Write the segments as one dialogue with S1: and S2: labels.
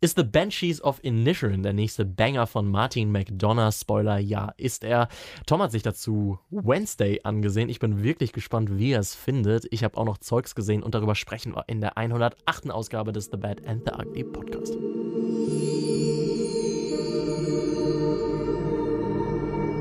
S1: Ist The Banshees of Inisherin der nächste Banger von Martin McDonough? Spoiler, ja, ist er. Tom hat sich dazu Wednesday angesehen. Ich bin wirklich gespannt, wie er es findet. Ich habe auch noch Zeugs gesehen und darüber sprechen wir in der 108. Ausgabe des The Bad and the Ugly Podcast.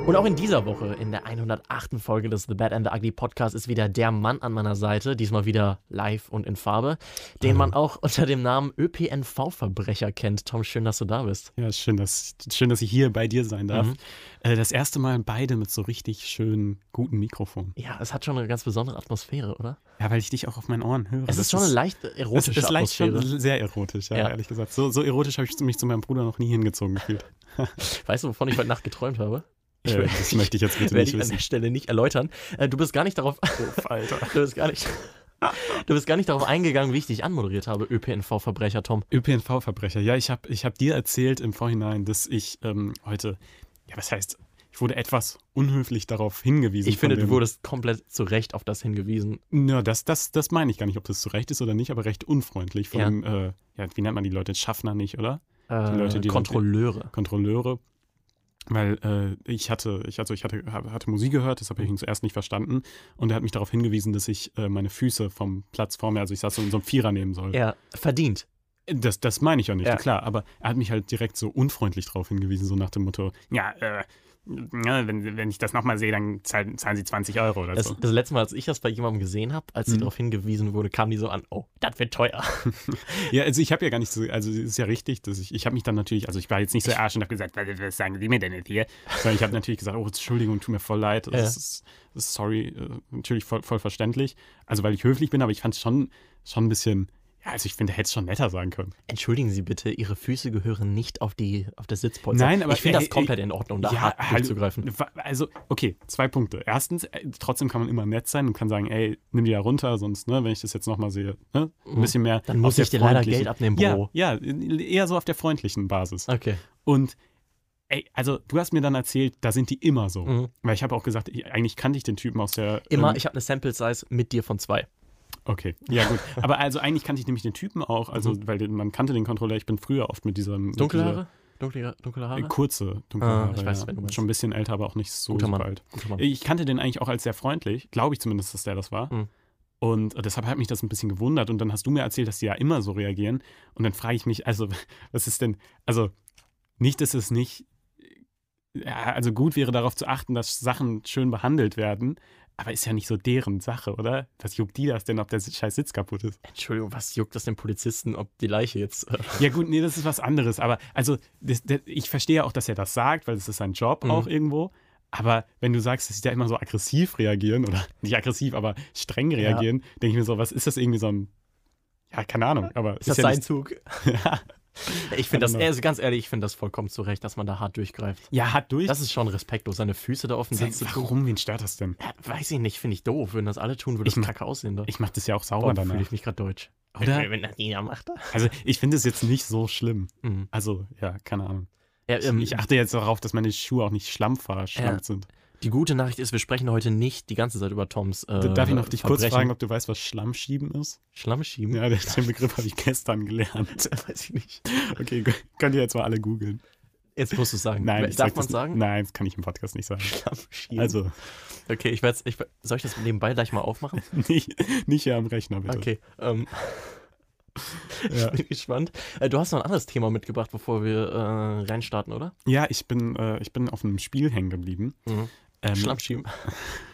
S1: Und auch in dieser Woche, in der 108. Folge des The Bad and the Ugly Podcast, ist wieder der Mann an meiner Seite, diesmal wieder live und in Farbe, den man auch unter dem Namen ÖPNV-Verbrecher kennt. Tom, schön, dass du da bist.
S2: Ja, schön, dass, schön, dass ich hier bei dir sein darf.
S1: Mhm.
S2: Äh, Das erste Mal beide mit so richtig schönen, guten Mikrofon.
S1: Ja, es hat schon eine ganz besondere Atmosphäre, oder?
S2: Ja, weil ich dich auch auf meinen Ohren höre.
S1: Also Es
S2: Das
S1: ist schon eine leicht
S2: es
S1: erotische
S2: ist leicht
S1: Atmosphäre.
S2: schon sehr erotisch, ja,
S1: Ja.
S2: ehrlich gesagt. So, so erotisch habe ich mich zu meinem Bruder noch nie hingezogen gefühlt.
S1: Weißt du, wovon ich heute Nacht geträumt habe?
S2: Äh,
S1: will-
S2: das möchte ich jetzt bitte
S1: werde ich
S2: nicht
S1: an
S2: wissen. Oh,
S1: der Stelle nicht erläutern. Äh, Du bist gar nicht darauf. Du bist gar nicht. Du bist gar nicht darauf eingegangen, wie ich dich anmoderiert habe, ÖPNV-Verbrecher Tom.
S2: ÖPNV-Verbrecher. Ja, ich habe ich hab dir erzählt im Vorhinein, dass ich ähm, heute, ja, was heißt, ich wurde etwas unhöflich darauf hingewiesen.
S1: Ich finde,
S2: von
S1: du
S2: dem-
S1: wurdest komplett zu Recht auf das hingewiesen.
S2: Ja, das, das, das meine ich gar nicht, ob das zu Recht ist oder nicht, aber recht unfreundlich von
S1: Ja.
S2: dem, äh, ja, wie nennt man die Leute? Schaffner nicht, oder?
S1: Äh,
S2: Leute, die dann-
S1: Kontrolleure.
S2: Kontrolleure. Weil äh, ich hatte, ich, also ich hatte, hab- hatte Musik gehört,
S1: Mhm.
S2: deshalb habe ich ihn zuerst nicht verstanden. Und er hat mich darauf hingewiesen, dass ich äh, meine Füße vom Platz vor mir, also ich saß so in so einem Vierer nehmen soll.
S1: Ja, verdient.
S2: Das, das meine ich auch nicht,
S1: Ja.
S2: klar. Aber er hat mich halt direkt so unfreundlich darauf hingewiesen, so nach dem Motto, ja, äh, ja, wenn, wenn ich das nochmal sehe, dann zahlen, zahlen sie 20 Euro oder
S1: Das,
S2: so.
S1: das letzte Mal, als ich das bei jemandem gesehen habe, als sie
S2: Mhm.
S1: darauf hingewiesen wurde, kam die so an, oh, das wird teuer.
S2: Ja, also ich habe ja gar nicht so, also es ist ja richtig, dass ich, ich habe mich dann natürlich, also ich war jetzt nicht so arsch und habe gesagt, was, was sagen Sie mir denn jetzt hier? Sondern ich habe natürlich gesagt, oh, Entschuldigung, tut mir voll leid, das
S1: Ja.
S2: ist, das ist sorry, äh, natürlich voll, voll verständlich. Also weil ich höflich bin, aber ich fand es schon, schon ein bisschen, ja, also ich finde, hätte es schon netter sagen können.
S1: Entschuldigen Sie bitte, Ihre Füße gehören nicht auf, die, auf das Sitzpolster.
S2: Nein, aber-
S1: ich finde
S2: ey,
S1: das
S2: ey,
S1: komplett in Ordnung, da hart
S2: hallo,
S1: durchzugreifen.
S2: wa- Also, okay, zwei Punkte. Erstens, äh, trotzdem kann man immer nett sein und kann sagen, ey, nimm die da runter, sonst, ne, wenn ich das jetzt nochmal sehe, ne, ein
S1: Mhm.
S2: bisschen mehr.
S1: Dann
S2: auf
S1: muss
S2: der
S1: ich dir leider
S2: freundlichen-
S1: Geld abnehmen, Bro.
S2: Ja, ja, eher so auf der freundlichen Basis.
S1: Okay.
S2: Und ey, also du hast mir dann erzählt, da sind die immer so.
S1: Mhm.
S2: Weil ich habe auch gesagt, ich, eigentlich kannte ich den Typen aus der.
S1: Immer,
S2: ähm,
S1: ich habe eine Sample Size mit dir von zwei.
S2: Okay, ja gut. Aber also eigentlich kannte ich nämlich den Typen auch, also
S1: Mhm.
S2: weil den, man kannte den Controller. Ich bin früher oft mit diesem. mit
S1: Dunkle
S2: dieser-
S1: Haare? Dunkle, dunkle Haare?
S2: Äh, kurze, dunkle
S1: Ah,
S2: Haare.
S1: ich weiß,
S2: ja.
S1: wen du meinst.
S2: Schon ein bisschen älter, aber auch nicht so
S1: Guter
S2: super
S1: Mann.
S2: alt.
S1: Guter Mann.
S2: Ich kannte den eigentlich auch als sehr freundlich, glaube ich zumindest, dass der das war.
S1: Mhm.
S2: Und äh, deshalb hat mich das ein bisschen gewundert. Und dann hast du mir erzählt, dass die ja immer so reagieren. Und dann frage ich mich, also, was ist denn, also, nicht, dass es nicht, ja, also gut wäre darauf zu achten, dass Sachen schön behandelt werden, aber ist ja nicht so deren Sache, oder? Was juckt die das denn, ob der scheiß Sitz kaputt ist?
S1: Entschuldigung, was juckt das den Polizisten, ob die Leiche jetzt. Äh,
S2: Ja, gut, nee, das ist was anderes. Aber also, das, das, ich verstehe auch, dass er das sagt, weil das ist sein Job
S1: Mhm.
S2: auch irgendwo. Aber wenn du sagst, dass sie da immer so aggressiv reagieren, oder nicht aggressiv, aber streng reagieren, denke ich mir so, was ist das irgendwie so ein. Ja, keine Ahnung, aber
S1: ist das
S2: ja
S1: sein
S2: nicht-
S1: Zug?
S2: ja,
S1: Ich finde das,
S2: Genau.
S1: also ganz ehrlich, ich finde das vollkommen zu Recht, dass man da hart durchgreift.
S2: ja, hat durch.
S1: Das ist schon respektlos, seine Füße da offen sitzen. zu tun.
S2: Warum, wen stört das denn?
S1: Ja, weiß ich nicht, finde ich doof. Wenn das alle tun, würde
S2: Ich
S1: das
S2: mach-
S1: kacke aussehen. Da.
S2: Ich ne? mache das ja auch sauber
S1: Warum fühle
S2: danach.
S1: ich mich gerade deutsch.
S2: Oder?
S1: Wenn das jeder macht.
S2: Also, ich finde es jetzt nicht so schlimm.
S1: Mhm.
S2: Also, ja, keine Ahnung.
S1: Ja,
S2: Ich,
S1: ähm,
S2: ich achte jetzt darauf, dass meine Schuhe auch nicht schlammverschlammt sind.
S1: die gute Nachricht ist, wir sprechen heute nicht die ganze Zeit über Toms. Äh,
S2: Darf ich noch dich kurz
S1: Verbrechen.
S2: fragen, ob du weißt, was Schlammschieben ist?
S1: Schlamm schieben?
S2: Ja, den, den Begriff habe ich gestern gelernt.
S1: Weiß ich nicht.
S2: Okay, gu- könnt ihr jetzt mal alle googeln.
S1: Jetzt musst du es sagen.
S2: Nein, ich
S1: Darf
S2: sag
S1: man
S2: das,
S1: sagen?
S2: Nein, das kann ich im Podcast nicht sagen.
S1: Schlamm schieben.
S2: Also,
S1: Okay, ich werd's, ich, soll ich das nebenbei gleich mal aufmachen?
S2: nicht, nicht hier am Rechner, bitte.
S1: Okay, ähm,
S2: Ja,
S1: ich bin gespannt. Äh, du hast noch ein anderes Thema mitgebracht, bevor wir äh, reinstarten, oder?
S2: ja ich, bin, äh, ich bin auf einem Spiel hängen geblieben.
S1: Mhm.
S2: Ähm,
S1: Schlammschieben.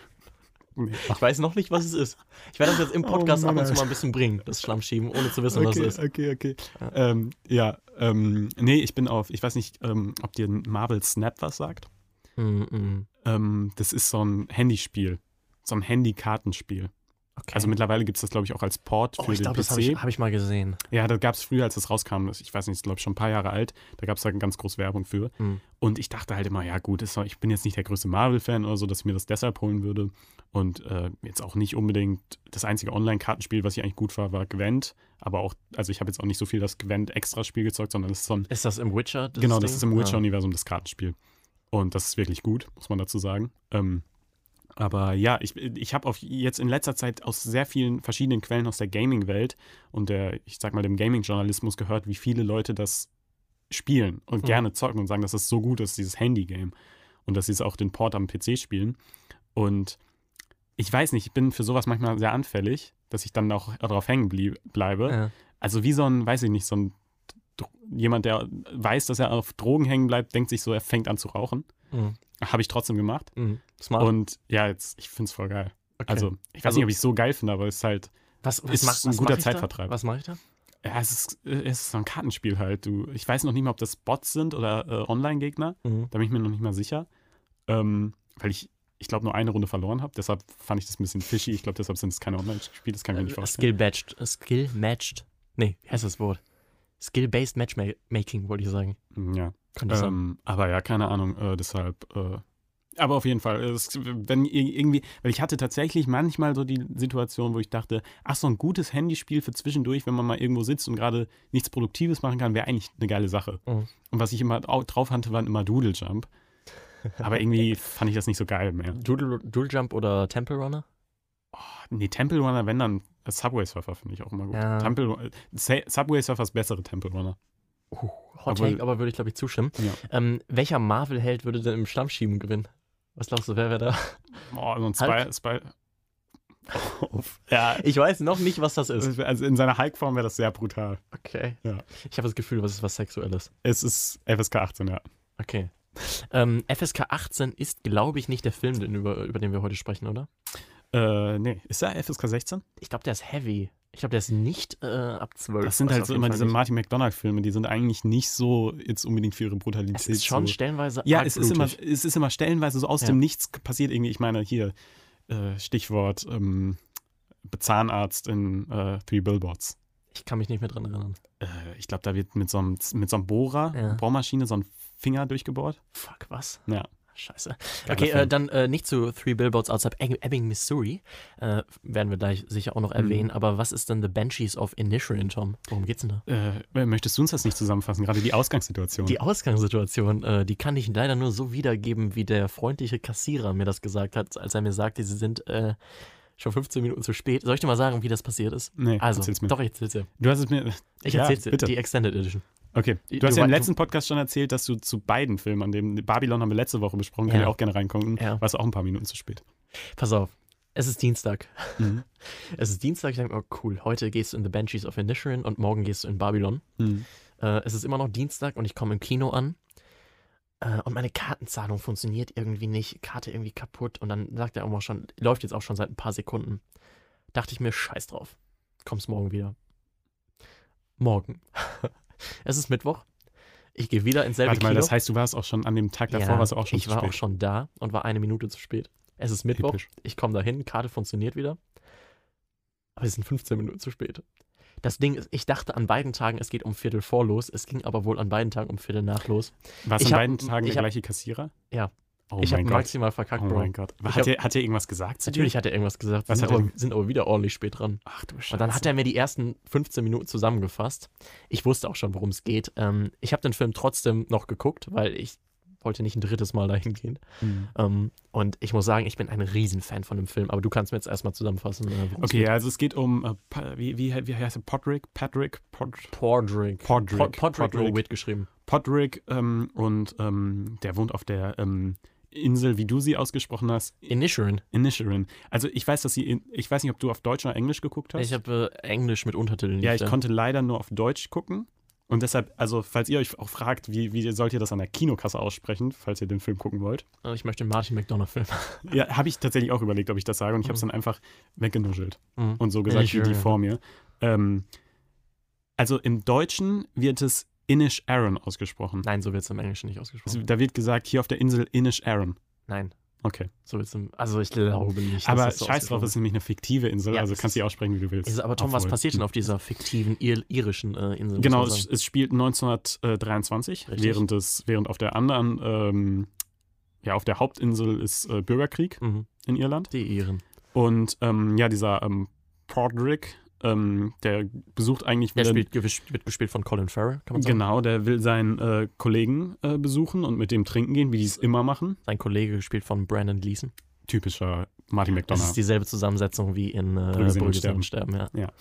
S2: nee.
S1: Ich weiß noch nicht, was es ist. Ich werde das jetzt im
S2: Oh
S1: Podcast ab
S2: Mann,
S1: und zu
S2: Alter.
S1: mal ein bisschen bringen, das Schlammschieben, ohne zu wissen, was
S2: Okay,
S1: es ist.
S2: okay, okay. Ähm, ja, ähm, nee, ich bin auf, ich weiß nicht, ähm, ob dir Marvel Snap was sagt.
S1: Mhm, mhm.
S2: Ähm, das ist so ein Handyspiel. So ein Handy-Kartenspiel.
S1: Okay.
S2: Also mittlerweile gibt es das, glaube ich, auch als Port für
S1: oh, ich
S2: den
S1: glaube,
S2: PC.
S1: das habe ich, hab ich mal gesehen.
S2: Ja, da gab es früher, als das rauskam, das- ich weiß nicht, ich glaube schon ein paar Jahre alt, da gab es da ganz groß Werbung für.
S1: Mhm.
S2: Und ich dachte halt immer, ja gut, ist, doch- ich bin jetzt nicht der größte Marvel-Fan oder so, dass ich mir das deshalb holen würde. Und äh, jetzt auch nicht unbedingt das einzige Online-Kartenspiel, was ich eigentlich gut war, war Gwent. Aber auch, also ich habe jetzt auch nicht so viel das Gwent-Extra-Spiel gezockt, sondern das ist so ein,
S1: Ist das im Witcher?
S2: genau, das
S1: Ding?
S2: ist im
S1: Ah.
S2: Witcher-Universum das Kartenspiel. Und das ist wirklich gut, muss man dazu sagen. Ähm, aber ja, ich, ich habe auf- jetzt in letzter Zeit aus sehr vielen verschiedenen Quellen aus der Gaming-Welt und der, ich sag mal, dem Gaming-Journalismus gehört, wie viele Leute das spielen und
S1: Mhm.
S2: gerne zocken und sagen, dass es so gut ist, dieses Handy-Game. Und dass sie es auch den Port am PC spielen. Und ich weiß nicht, ich bin für sowas manchmal sehr anfällig, dass ich dann auch darauf hängen blieb, bleibe.
S1: Ja.
S2: Also wie so ein, weiß ich nicht, so ein Dro- jemand, der weiß, dass er auf Drogen hängen bleibt, denkt sich so, er fängt an zu rauchen.
S1: Mhm.
S2: Habe ich trotzdem gemacht.
S1: Mhm. Smart.
S2: Und ja, jetzt, ich finde es voll geil.
S1: Okay.
S2: Also, ich weiß
S1: Also-
S2: nicht, ob ich es so geil finde, aber es ist halt,
S1: was, was
S2: ist
S1: mach-
S2: ein
S1: was
S2: guter
S1: mach ich da?
S2: Zeitvertreib.
S1: Was mache ich da?
S2: ja, es ist, äh, es ist so ein Kartenspiel halt. Du, ich weiß noch nicht mal, ob das Bots sind oder äh, Online-Gegner.
S1: Mhm.
S2: Da bin ich mir noch nicht mal sicher. Ähm, weil ich, ich glaube, nur eine Runde verloren habe. Deshalb fand ich das ein bisschen fishy. Ich glaube, deshalb sind es keine Online-Spiele. Das kann ich mir nicht
S1: Äh,
S2: vorstellen.
S1: Skill matched. Skill matched. Nee, wie heißt das Wort? Skill-based Matchmaking, wollte ich sagen.
S2: Ja.
S1: Könnte sein.
S2: Ähm, aber ja, keine Ahnung, äh, deshalb. Äh, aber auf jeden Fall, äh, es, wenn ir- irgendwie, weil ich hatte tatsächlich manchmal so die Situation, wo ich dachte, ach, so ein gutes Handyspiel für zwischendurch, wenn man mal irgendwo sitzt und gerade nichts Produktives machen kann, wäre eigentlich eine geile Sache.
S1: Mhm.
S2: Und was ich immer au- drauf hatte, waren immer Doodle Jump. Aber irgendwie fand ich das nicht so geil mehr.
S1: Doodle, Doodle Jump oder Temple Runner?
S2: Nee, Temple Runner, wenn dann äh, Subway Surfer, finde ich auch immer gut.
S1: Ja.
S2: Temple, äh, Sa- Subway Surfer ist bessere Temple Runner.
S1: Uh, Hot
S2: Aber-
S1: Take, aber würde ich, glaube ich, zustimmen.
S2: Ja.
S1: Ähm, welcher Marvel-Held würde denn im Stammschieben gewinnen? Was glaubst du, wer wäre da?
S2: Oh, so ein Spy.
S1: Hulk?
S2: Spy ja,
S1: Ich weiß noch nicht, was das ist.
S2: also in seiner Hulk-Form wäre das sehr brutal.
S1: Okay.
S2: Ja.
S1: Ich habe das Gefühl, was ist was Sexuelles.
S2: Es ist FSK 18, ja.
S1: Okay. Ähm, FSK 18 ist, glaube ich, nicht der Film, den, über, über den wir heute sprechen, oder?
S2: Äh, nee, ist da FSK 16?
S1: Ich glaube, der ist heavy. Ich glaube, der ist nicht äh, ab 12.
S2: Das sind halt
S1: auf
S2: so
S1: jeden
S2: immer
S1: Fall
S2: diese
S1: nicht-
S2: Marty McDonagh-Filme, die sind eigentlich nicht so jetzt unbedingt für ihre Brutalität.
S1: Es ist schon
S2: so.
S1: stellenweise.
S2: Ja,
S1: arg
S2: es ist, immer,
S1: blutig.
S2: es ist immer stellenweise so aus
S1: Ja.
S2: dem Nichts passiert irgendwie. Ich meine, hier, äh, Stichwort ähm, Zahnarzt in äh, Three Billboards.
S1: Ich kann mich nicht mehr dran erinnern.
S2: Äh, ich glaube, da wird mit so einem, mit so einem Bohrer,
S1: Ja.
S2: Bohrmaschine, so ein Finger durchgebohrt.
S1: Fuck, was?
S2: Ja.
S1: Scheiße.
S2: Geiler
S1: okay, äh,
S2: Film.
S1: dann äh, nicht zu Three Billboards Outside Eb- Ebbing, Missouri. Äh, werden wir gleich sicher auch noch erwähnen. Aber was ist denn The Banshees of Inisherin, Tom? Worum geht's denn da?
S2: Äh, möchtest du uns das nicht zusammenfassen? Gerade die Ausgangssituation.
S1: Die Ausgangssituation, äh, die kann ich leider nur so wiedergeben, wie der freundliche Kassierer mir das gesagt hat, als er mir sagte, sie sind äh, schon 15 Minuten zu spät. Soll ich dir mal sagen, wie das passiert ist?
S2: nee,
S1: Also,
S2: erzähl's mir.
S1: doch, ich erzähl's dir.
S2: Du hast es mir.
S1: Ich
S2: Ja,
S1: erzähl's dir,
S2: bitte.
S1: die Extended Edition.
S2: Okay. Du
S1: Du
S2: hast ja im
S1: wei-
S2: letzten Podcast schon erzählt, dass du zu beiden Filmen, an dem Babylon haben wir letzte Woche besprochen,
S1: Ja.
S2: kann ich auch gerne reingucken,
S1: Ja.
S2: warst du auch ein paar Minuten zu spät.
S1: Pass auf, es ist Dienstag.
S2: Mhm.
S1: Es ist Dienstag, ich denke mir, oh cool, heute gehst du in The Banshees of Inisherin und morgen gehst du in Babylon. Äh, es ist immer noch Dienstag und ich komme im Kino an. Äh, und meine Kartenzahlung funktioniert irgendwie nicht, Karte irgendwie kaputt. Und dann sagt er auch mal schon, läuft jetzt auch schon seit ein paar Sekunden. Dachte ich mir, scheiß drauf. Kommst morgen wieder. Morgen. es ist Mittwoch. Ich gehe wieder ins selbe
S2: Warte mal,
S1: Kino.
S2: das heißt, du warst auch schon an dem Tag davor,
S1: Ja,
S2: warst du auch schon
S1: ich
S2: zu
S1: war
S2: spät.
S1: auch schon da und war eine Minute zu spät. Es ist Mittwoch,
S2: Episch.
S1: ich komme da hin, Karte funktioniert wieder. Aber wir sind 15 Minuten zu spät. Das Ding ist, ich dachte an beiden Tagen, es geht um Viertel vor los. Es ging aber wohl an beiden Tagen um Viertel nach los.
S2: Warst
S1: Ich
S2: an
S1: hab-
S2: beiden Tagen
S1: ich
S2: der
S1: hab-
S2: gleiche Kassierer?
S1: Ja.
S2: Oh
S1: ich habe
S2: mein Gott.
S1: maximal verkackt,
S2: Oh
S1: Bro.
S2: mein Gott.
S1: Ich
S2: Hat, er, hat er irgendwas gesagt zu
S1: Natürlich
S2: dir?
S1: hat er irgendwas gesagt. Wir
S2: Was
S1: sind,
S2: hat er
S1: aber, sind aber wieder ordentlich spät dran.
S2: Ach du Scheiße.
S1: Und dann hat er mir die ersten 15 Minuten zusammengefasst. Ich wusste auch schon, worum es geht. Ähm, ich habe den Film trotzdem noch geguckt, weil ich wollte nicht ein drittes Mal dahin gehen.
S2: Mhm.
S1: Ähm, und ich muss sagen, ich bin ein Riesenfan von dem Film. Aber du kannst mir jetzt erstmal zusammenfassen. Äh, worum es
S2: Okay,
S1: geht.
S2: ja, also es geht um, äh, Pa- wie, wie, wie heißt er? Podrick? Patrick? Pod,
S1: Podrick.
S2: Podrick.
S1: Pod- Podrick
S2: Podrick.
S1: Lowit geschrieben.
S2: Podrick ähm, und ähm, der wohnt auf der ähm, Insel, wie du sie ausgesprochen hast,
S1: Inisherin.
S2: Inisherin. Also ich weiß, dass sie, in, ich weiß nicht, ob du auf Deutsch oder Englisch geguckt hast.
S1: Ich habe äh, Englisch mit Untertiteln.
S2: ja,
S1: lief
S2: ich
S1: da.
S2: konnte leider nur auf Deutsch gucken. Und deshalb, also falls ihr euch auch fragt, wie, wie sollt ihr das an der Kinokasse aussprechen, falls ihr den Film gucken wollt,
S1: Äh, Ich möchte einen Martin McDonough-Film.
S2: ja, habe ich tatsächlich auch überlegt, ob ich das sage und ich habe es dann einfach weggenuschelt
S1: Mhm.
S2: und so gesagt wie die
S1: Inisherin.
S2: vor mir. Ähm, also im Deutschen wird es Inish Aaron ausgesprochen.
S1: Nein, so wird es im Englischen nicht
S2: Also,
S1: ausgesprochen.
S2: da wird gesagt, hier auf der Insel Inish Aaron.
S1: Nein,
S2: Okay.
S1: so wird es im. Also, ich glaube nicht. dass
S2: Aber
S1: das so
S2: scheiß drauf,
S1: ausgesprochen
S2: es ist nämlich eine fiktive Insel,
S1: Ja,
S2: also
S1: es
S2: kannst du die aussprechen, wie du willst.
S1: Ist, aber Tom, was
S2: Obwohl,
S1: passiert denn auf dieser fiktiven ir irischen äh, Insel? muss
S2: Genau,
S1: man
S2: es,
S1: sagen?
S2: es spielt 1923,
S1: Richtig.
S2: während, es, während auf der anderen, ähm, ja, auf der Hauptinsel ist äh, Bürgerkrieg
S1: Mhm.
S2: in Irland.
S1: Die Iren.
S2: Und ähm, ja, dieser ähm, Podrick, ähm, der besucht eigentlich
S1: Der
S2: wieder-
S1: spielt, gewiss- wird gespielt von Colin Farrell, kann man sagen.
S2: Genau, der will seinen äh, Kollegen äh, besuchen und mit dem trinken gehen, wie die es immer machen.
S1: Sein Kollege gespielt von Brandon Gleason.
S2: typischer Martin
S1: Das
S2: McDonough.
S1: ist dieselbe Zusammensetzung wie in äh,
S2: Brügge sehen und
S1: Brügge sehen
S2: sterben.
S1: und sterben. Ja.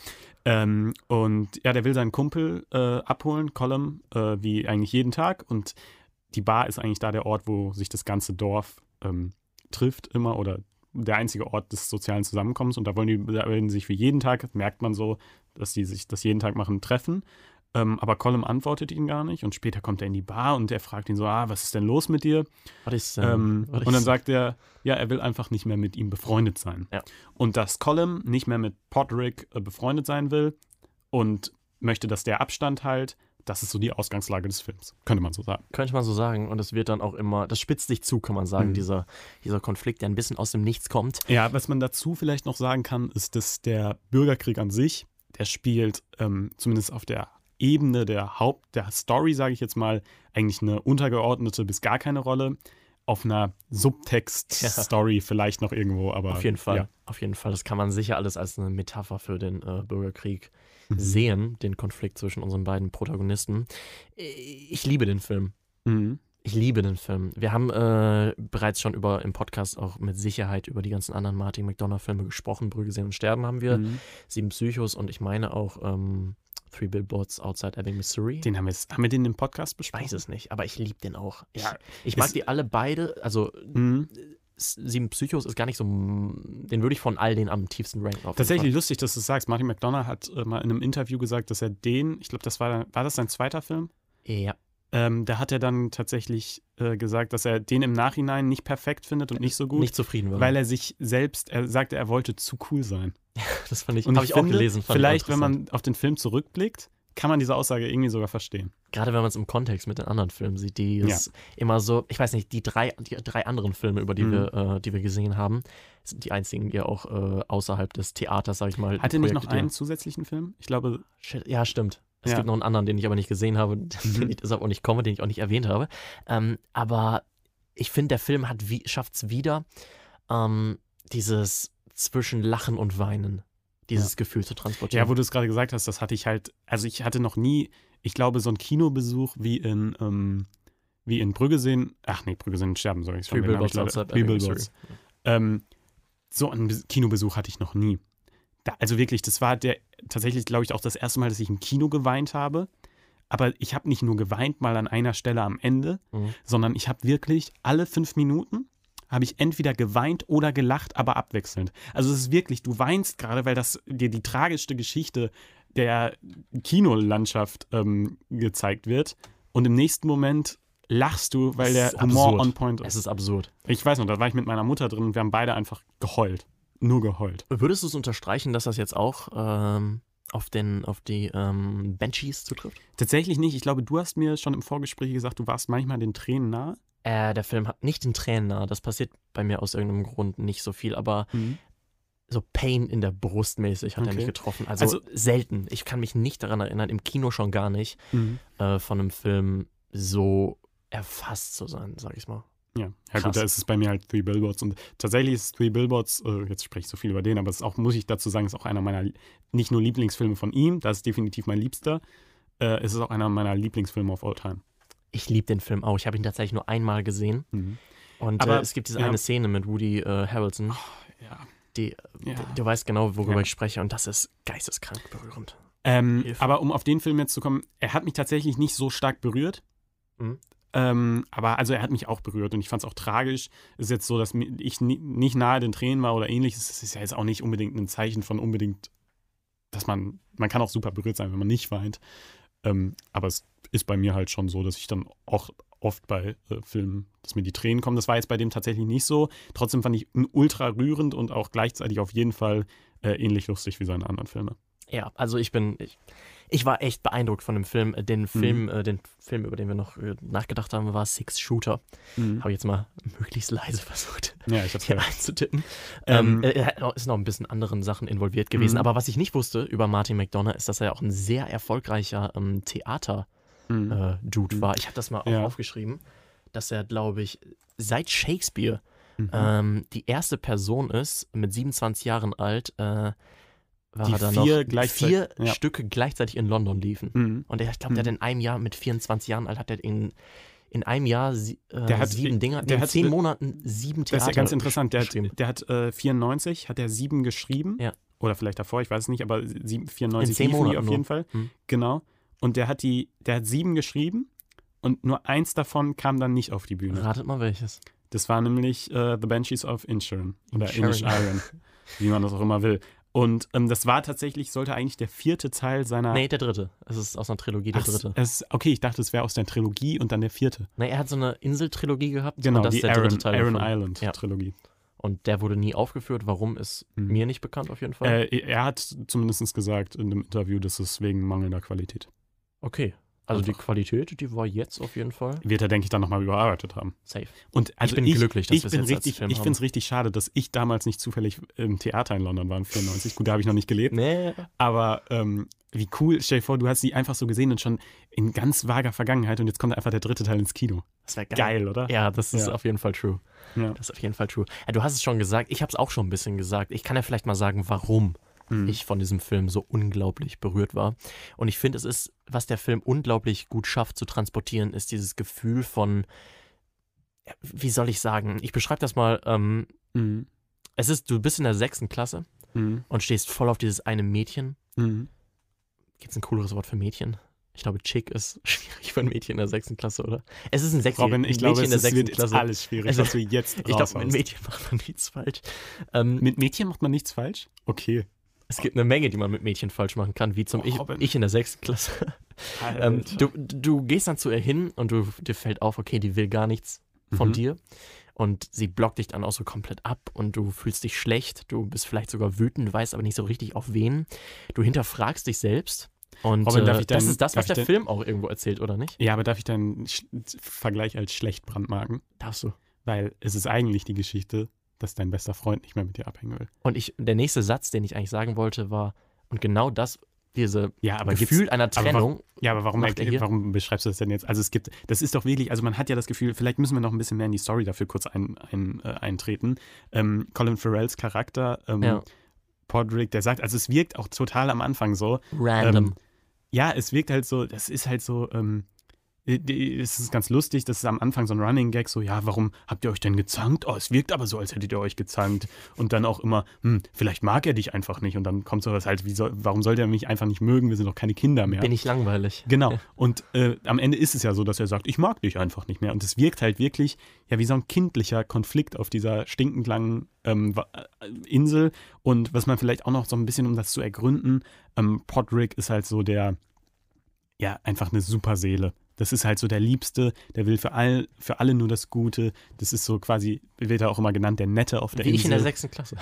S2: Ähm, und ja, der will seinen Kumpel äh, abholen, Colum, äh, wie eigentlich jeden Tag. Und die Bar ist eigentlich da der Ort, wo sich das ganze Dorf ähm, trifft immer oder der einzige Ort des sozialen Zusammenkommens. Und da wollen die da wollen die sich für jeden Tag, merkt man so, dass die sich das jeden Tag machen, treffen. Ähm, aber Colum antwortet ihn gar nicht. Und später kommt er in die Bar und er fragt ihn so, ah, was ist denn los mit dir?
S1: Was ist denn?
S2: Ähm,
S1: was
S2: und dann
S1: ist-
S2: sagt er, ja, er will einfach nicht mehr mit ihm befreundet sein.
S1: Ja.
S2: Und dass Colin nicht mehr mit Podrick äh, befreundet sein will und möchte, dass der Abstand halt, das ist so die Ausgangslage des Films, könnte man so sagen.
S1: Könnte man so sagen. Und es wird dann auch immer, das spitzt sich zu, kann man sagen,
S2: Mhm.
S1: dieser, dieser Konflikt, der ein bisschen aus dem Nichts kommt.
S2: Ja, was man dazu vielleicht noch sagen kann, ist, dass der Bürgerkrieg an sich, der spielt ähm, zumindest auf der Ebene der Haupt, der Story, sage ich jetzt mal, eigentlich eine untergeordnete bis gar keine Rolle. Auf einer Subtext-Story vielleicht noch irgendwo, aber.
S1: Auf jeden Fall.
S2: Ja.
S1: Auf jeden Fall. Das kann man sicher alles als eine Metapher für den äh, Bürgerkrieg
S2: Mhm.
S1: sehen, den Konflikt zwischen unseren beiden Protagonisten. Äh, Ich liebe den Film.
S2: Mhm.
S1: Ich liebe den Film. Wir haben äh, bereits schon über im Podcast auch mit Sicherheit über die ganzen anderen Martin McDonough-Filme gesprochen. Brügge sehen und sterben haben wir.
S2: Mhm.
S1: Sieben Psychos und ich meine auch ähm, Three Billboards Outside Ebbing, Missouri.
S2: Den haben wir, jetzt- haben wir den im Podcast
S1: ich weiß
S2: besprochen?
S1: es nicht, aber ich liebe den auch. Ich,
S2: Ja,
S1: ich mag
S2: es-
S1: die alle beide. Also
S2: Mhm.
S1: S- Sieben Psychos ist gar nicht so. m- Den würde ich von all den am tiefsten ranken. Auf jeden
S2: Tatsächlich lustig, dass du es sagst. Martin McDonough hat äh, mal in einem Interview gesagt, dass er den, ich glaube, das war, war das sein zweiter Film?
S1: Fall. Ja.
S2: Ähm, da hat er dann tatsächlich äh, gesagt, dass er den im Nachhinein nicht perfekt findet und nicht so gut,
S1: Nicht zufrieden war.
S2: weil er sich selbst, er sagte, er wollte zu cool sein.
S1: das fand ich,
S2: Und
S1: habe ich, auch
S2: finde,
S1: gelesen. Fand ich
S2: vielleicht, wenn
S1: interessant.
S2: man auf den Film zurückblickt, kann man diese Aussage irgendwie sogar verstehen.
S1: Gerade wenn man es im Kontext mit den anderen Filmen sieht, die
S2: Ja.
S1: es immer so, ich weiß nicht, die drei, die drei anderen Filme, über die,
S2: Mhm.
S1: wir, äh, die wir gesehen haben, sind die einzigen, die auch äh, außerhalb des Theaters, sag ich mal,
S2: Hat er nicht noch
S1: Projekte, die-
S2: einen zusätzlichen Film? Ich glaube,
S1: Shit, ja, Mhm. stimmt. Es
S2: Ja.
S1: gibt noch einen anderen, den ich aber nicht gesehen habe, den ich deshalb auch nicht komme, den ich auch nicht erwähnt habe. Ähm, aber ich finde, der Film hat wie, schafft's wieder, ähm, dieses zwischen Lachen und Weinen, dieses Gefühl zu transportieren.
S2: Ja, wo du es gerade gesagt hast, das hatte ich halt, also ich hatte noch nie, ich glaube, so einen Kinobesuch wie in, ähm, wie in Brügge sehen, ach nee, Brügge sehen und sterben, sorry, ich
S1: Three Billboards outside
S2: Three
S1: Ebbing,
S2: Billboards. Ähm, so einen Bes- Kinobesuch hatte ich noch nie. Da, also wirklich, das war der tatsächlich, glaube ich, auch das erste Mal, dass ich im Kino geweint habe. Aber ich habe nicht nur geweint mal an einer Stelle am Ende,
S1: Mhm.
S2: sondern ich habe wirklich alle fünf Minuten habe ich entweder geweint oder gelacht, aber abwechselnd. Also es ist wirklich, du weinst gerade, weil das dir die tragischste Geschichte der Kinolandschaft ähm, gezeigt wird. Und im nächsten Moment lachst du, weil der
S1: Es ist
S2: Humor
S1: absurd.
S2: on point ist.
S1: Es ist absurd.
S2: Ich weiß noch, da war ich mit meiner Mutter drin und wir haben beide einfach geheult. Nur geheult.
S1: Würdest du es unterstreichen, dass das jetzt auch ähm, auf, den, auf die ähm, Banshees zutrifft?
S2: Tatsächlich nicht. Ich glaube, du hast mir schon im Vorgespräch gesagt, du warst manchmal den Tränen nahe.
S1: Äh, der Film hat nicht den Tränen nahe. Das passiert bei mir aus irgendeinem Grund nicht so viel, aber so Pain in der Brust mäßig hat er
S2: Okay.
S1: mich getroffen. Also,
S2: Also-
S1: selten. Ich kann mich nicht daran erinnern, im Kino schon gar nicht,
S2: Mhm.
S1: äh, von einem Film so erfasst zu sein, sag ich mal.
S2: Ja, ja
S1: Krass.
S2: gut, da ist es bei mir halt Three Billboards. Und tatsächlich ist Three Billboards, äh, jetzt spreche ich so viel über den, aber es ist auch, muss ich dazu sagen, ist auch einer meiner, nicht nur Lieblingsfilme von ihm, das ist definitiv mein Liebster. Äh, es ist auch einer meiner Lieblingsfilme of all time.
S1: Ich liebe den Film auch. Ich habe ihn tatsächlich nur einmal gesehen. Und
S2: Aber,
S1: äh, es gibt diese
S2: ja.
S1: eine Szene mit Woody äh, Harrelson.
S2: Ja.
S1: Die,
S2: Ja.
S1: du, du weißt genau, worüber
S2: Ja.
S1: ich spreche. Und das ist geisteskrank berührend.
S2: Ähm,
S1: Hilfe.
S2: aber um auf den Film jetzt zu kommen, er hat mich tatsächlich nicht so stark berührt.
S1: Mhm.
S2: Ähm, aber also er hat mich auch berührt und ich fand es auch tragisch. Es ist jetzt so, dass mi- ich ni- nicht nahe den Tränen war oder ähnliches. Das ist ja jetzt auch nicht unbedingt ein Zeichen von unbedingt, dass man, man kann auch super berührt sein, wenn man nicht weint. Ähm, aber es ist bei mir halt schon so, dass ich dann auch oft bei äh, Filmen, dass mir die Tränen kommen. Das war jetzt bei dem tatsächlich nicht so. Trotzdem fand ich ihn ultra rührend und auch gleichzeitig auf jeden Fall äh, ähnlich lustig wie seine anderen Filme.
S1: Ja, also ich bin, ich, ich war echt beeindruckt von dem Film.
S2: Mhm.
S1: Den Film, äh, den Film, über den wir noch äh, nachgedacht haben, war Six Shooter.
S2: Mhm.
S1: Habe ich jetzt mal möglichst leise versucht,
S2: Ja, ich hab's
S1: hier
S2: gehört.
S1: einzutippen.
S2: Ähm,
S1: Ähm, er hat- ist noch ein bisschen anderen Sachen involviert gewesen.
S2: Mhm.
S1: Aber was ich nicht wusste über Martin McDonough, ist, dass er auch ein sehr erfolgreicher ähm, Theater-Dude
S2: Mhm. Mhm.
S1: war. Ich habe das mal auch
S2: Ja.
S1: aufgeschrieben, dass er, glaube ich, seit Shakespeare
S2: Mhm.
S1: ähm, die erste Person ist, mit 27 Jahren alt, äh, war
S2: Die
S1: er dann
S2: vier
S1: noch,
S2: gleichzei-
S1: vier
S2: ja.
S1: Stücke gleichzeitig in London liefen.
S2: Mhm.
S1: Und er, ich glaube, der hat in einem Jahr mit 24 Jahren alt, hat er in, in einem Jahr sie, äh,
S2: Der hat-
S1: sieben Dinger,
S2: der
S1: in
S2: hat-
S1: zehn Monaten sieben Theater
S2: Das ist ja ganz interessant. Der
S1: geschrieben.
S2: hat, der hat äh, 94, hat er sieben geschrieben.
S1: Ja.
S2: Oder vielleicht davor, ich weiß es nicht, aber sieben, 94
S1: In zehn
S2: liefen die
S1: Monaten
S2: auf
S1: nur.
S2: jeden Fall.
S1: Hm.
S2: Genau. Und der hat die, der hat sieben geschrieben und nur eins davon kam dann nicht auf die Bühne.
S1: Ratet mal welches.
S2: Das war nämlich äh, The Banshees of Inisherin oder
S1: Inisherin.
S2: Inisherin, wie man das auch immer will. Und ähm, das war tatsächlich, sollte eigentlich der vierte Teil seiner.
S1: Nee, der dritte. Es ist aus einer Trilogie der
S2: Ah. Ach,
S1: dritte.
S2: Es, okay, ich dachte, es wäre aus der Trilogie und dann der vierte.
S1: Nee, er hat so eine Inseltrilogie gehabt
S2: Genau,
S1: und das
S2: die
S1: ist der
S2: Aaron,
S1: dritte Teil.
S2: Aaron
S1: davon.
S2: Island
S1: Ja.
S2: Trilogie.
S1: Und der wurde nie aufgeführt. Warum ist
S2: Hm.
S1: mir nicht bekannt auf jeden Fall.
S2: Äh, er hat zumindest gesagt in einem Interview, dass es wegen mangelnder Qualität.
S1: okay. Also die
S2: einfach.
S1: Qualität, die war jetzt auf jeden Fall
S2: Wird er, denke ich, dann nochmal überarbeitet haben.
S1: safe.
S2: Und also
S1: bin glücklich, dass
S2: ich
S1: wir es
S2: bin
S1: jetzt als
S2: richtig,
S1: Film
S2: Ich finde es richtig schade, dass ich damals nicht zufällig im Theater in London war, in 94. Gut, da habe ich noch nicht gelebt.
S1: Nee.
S2: Aber ähm, wie cool, stell dir vor, du hast sie einfach so gesehen und schon in ganz vager Vergangenheit und jetzt kommt einfach der dritte Teil ins Kino.
S1: Das wäre geil.
S2: Geil, oder?
S1: Ja, das ist
S2: Ja.
S1: auf jeden Fall true.
S2: Ja.
S1: Das ist auf jeden Fall true. Ja, du hast es schon gesagt, ich habe es auch schon ein bisschen gesagt. Ich kann ja vielleicht mal sagen, warum
S2: Mhm.
S1: ich von diesem Film so unglaublich berührt war. Und ich finde, es ist, was der Film unglaublich gut schafft zu transportieren, ist dieses Gefühl von, ja, wie soll ich sagen, ich beschreibe das mal, ähm,
S2: Mhm.
S1: es ist, du bist in der sechsten Klasse
S2: Mhm.
S1: und stehst voll auf dieses eine Mädchen.
S2: Mhm.
S1: Gibt es ein cooleres Wort für Mädchen? Ich glaube, Chick ist schwierig für ein Mädchen in der sechsten Klasse, oder? Es ist ein sechs
S2: Robin, ich
S1: ein
S2: glaube,
S1: Mädchen
S2: es
S1: in der
S2: ist,
S1: sechsten
S2: wird jetzt
S1: Klasse.
S2: alles schwierig,
S1: Also,
S2: was wir jetzt
S1: Ich glaube, mit
S2: raushaust.
S1: Mädchen macht man nichts falsch. Ähm,
S2: Mit Mädchen macht man nichts falsch? Okay.
S1: es gibt eine Menge, die man mit Mädchen falsch machen kann, wie zum
S2: Oh,
S1: ich,
S2: Robin.
S1: ich in der sechsten Klasse. Ähm, du, du gehst dann zu ihr hin und du, dir fällt auf, okay, die will gar nichts von
S2: Mhm.
S1: dir. Und sie blockt dich dann auch so komplett ab und du fühlst dich schlecht, du bist vielleicht sogar wütend, weißt aber nicht so richtig auf wen. Du hinterfragst dich selbst. Und
S2: Robin, darf
S1: äh,
S2: ich
S1: das
S2: deinen-
S1: ist das,
S2: darf
S1: was der
S2: ich deinen-
S1: Film auch irgendwo erzählt, oder nicht?
S2: Ja, aber darf ich deinen Sch Vergleich als schlecht brandmarken?
S1: Darfst du.
S2: Weil es ist eigentlich die Geschichte, dass dein bester Freund nicht mehr mit dir abhängen will.
S1: Und ich, der nächste Satz, den ich eigentlich sagen wollte, war, und genau das, diese
S2: Ja, aber gibt's-
S1: Gefühl einer
S2: aber wa-
S1: Trennung,
S2: Ja, aber warum,
S1: Macht er hier?
S2: warum beschreibst du das denn jetzt? Also es gibt, das ist doch wirklich, also man hat ja das Gefühl, vielleicht müssen wir noch ein bisschen mehr in die Story dafür kurz ein, ein, äh, eintreten. Ähm, Colin Farrells Charakter, ähm,
S1: Ja.
S2: Podrick, der sagt, also es wirkt auch total am Anfang so.
S1: random.
S2: Ähm, ja, es wirkt halt so, das ist halt so, ähm, äh, die- es ist ganz lustig, das ist am Anfang so ein Running Gag, so, ja, warum habt ihr euch denn gezankt? Oh, es wirkt aber so, als hättet ihr euch gezankt. Und dann auch immer, hm, vielleicht mag er dich einfach nicht. Und dann kommt sowas halt, wie soll, warum sollte er mich einfach nicht mögen? Wir sind doch keine Kinder mehr.
S1: Bin ich langweilig.
S2: Genau. Und äh, am Ende ist es ja so, dass er sagt, ich mag dich einfach nicht mehr. Und es wirkt halt wirklich ja wie so ein kindlicher Konflikt auf dieser stinkend langen ähm, Wa- äh, Insel. Und was man vielleicht auch noch so ein bisschen, um das zu ergründen, ähm, Podrick ist halt so der, ja, einfach eine super Seele. Das ist halt so der Liebste, der will für, all, für alle nur das Gute. Das ist so quasi, wird er auch immer genannt, der Nette auf der
S1: Wie
S2: Insel.
S1: ich in der sechsten Klasse.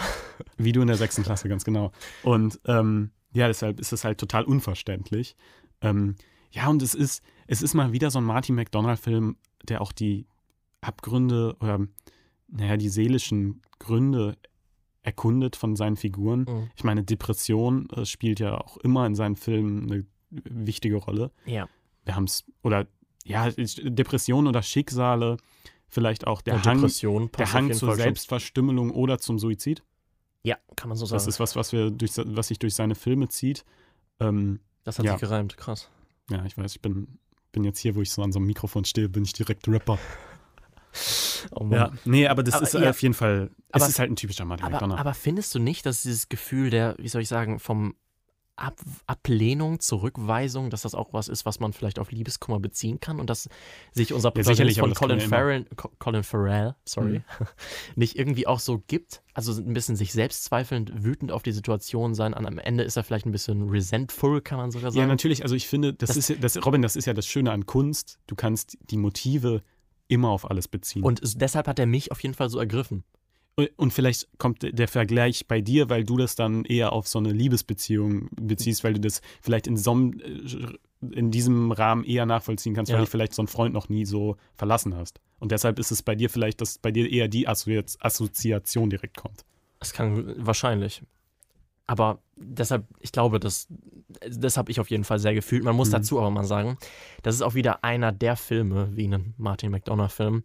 S2: Wie du in der sechsten Klasse, ganz genau. Und ähm, ja, deshalb ist es halt total unverständlich. Ähm, ja, und es ist, es ist mal wieder so ein Martin McDonald-Film, der auch die Abgründe oder naja, die seelischen Gründe erkundet von seinen Figuren.
S1: Mhm.
S2: Ich meine, Depression äh, spielt ja auch immer in seinen Filmen eine wichtige Rolle.
S1: Ja.
S2: Wir haben es, oder ja, Depression oder Schicksale, vielleicht auch der
S1: Und
S2: Hang,
S1: Depression
S2: der
S1: passt auf
S2: Hang
S1: jeden
S2: zur
S1: Fall schon.
S2: Selbstverstümmelung oder zum Suizid.
S1: Ja, kann man so sagen.
S2: Das ist was, was, wir durch, was sich durch seine Filme zieht. Ähm,
S1: Das hat
S2: Ja.
S1: sich gereimt, krass.
S2: ja, ich weiß, ich bin, bin jetzt hier, wo ich so an so einem Mikrofon stehe, bin ich direkt Rapper.
S1: Oh Mann.
S2: Ja, nee, aber das
S1: Aber,
S2: ist
S1: ja.
S2: auf jeden Fall,
S1: Aber-
S2: es ist halt ein typischer Martin
S1: Aber,
S2: McDonald.
S1: aber findest du nicht, dass dieses Gefühl der, wie soll ich sagen, vom Ab Ablehnung, Zurückweisung, dass das auch was ist, was man vielleicht auf Liebeskummer beziehen kann und dass sich unser
S2: Ja,
S1: Protagonist
S2: sicherlich, aber
S1: von
S2: das
S1: Colin
S2: kann ja immer- Mhm.
S1: Farrell, Co- Colin Farrell, sorry, nicht irgendwie auch so gibt? Also ein bisschen sich selbst zweifelnd, wütend auf die Situation sein. An, am Ende ist er vielleicht ein bisschen resentful, kann man sogar
S2: ja,
S1: sagen.
S2: natürlich, also ich finde, das,
S1: Das-
S2: ist ja- das, Robin, das ist ja das Schöne an Kunst. Du kannst die Motive immer auf alles beziehen.
S1: und es- deshalb hat er mich auf jeden Fall so ergriffen.
S2: Und vielleicht kommt der Vergleich bei dir, weil du das dann eher auf so eine Liebesbeziehung beziehst, weil du das vielleicht in, so einem, äh, in diesem Rahmen eher nachvollziehen kannst,
S1: Ja.
S2: weil dich vielleicht so einen Freund noch nie so verlassen hast. Und deshalb ist es bei dir vielleicht, dass bei dir eher die Assozi- Assoziation direkt kommt.
S1: Es kann wahrscheinlich. Aber deshalb, ich glaube, das, das habe ich auf jeden Fall sehr gefühlt. Man muss
S2: Mhm.
S1: dazu aber mal sagen, das ist auch wieder einer der Filme, wie einen Martin McDonough-Film,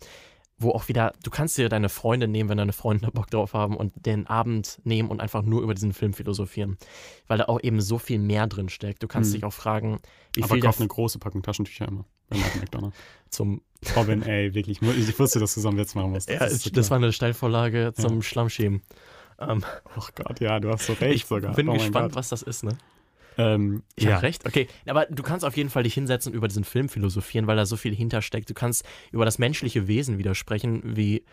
S1: wo auch wieder, du kannst dir deine Freunde nehmen, wenn deine Freunde Bock drauf haben und den Abend nehmen und einfach nur über diesen Film philosophieren. Weil da auch eben so viel mehr drin steckt. Du kannst
S2: Hm.
S1: dich auch fragen, wie
S2: Aber
S1: viel der
S2: kauf eine große Packung Taschentücher immer. Bei Martin McDonough.
S1: zum.
S2: Robin, Oh, ey, wirklich. mu- Ich wusste, dass du zusammen jetzt machen musst.
S1: Das, ja,
S2: ist
S1: ist,
S2: so
S1: das war
S2: klar.
S1: eine Steilvorlage zum Schlammschämen. Ähm,
S2: Oh Gott, ja, du hast so recht
S1: ich
S2: sogar.
S1: bin
S2: oh mein
S1: gespannt,
S2: Gott.
S1: was das ist, ne?
S2: Ähm,
S1: Ich
S2: ja.
S1: hab recht. Okay, aber du kannst auf jeden Fall dich hinsetzen und über diesen Film philosophieren, weil da so viel hintersteckt. Du kannst über das menschliche Wesen widersprechen, wie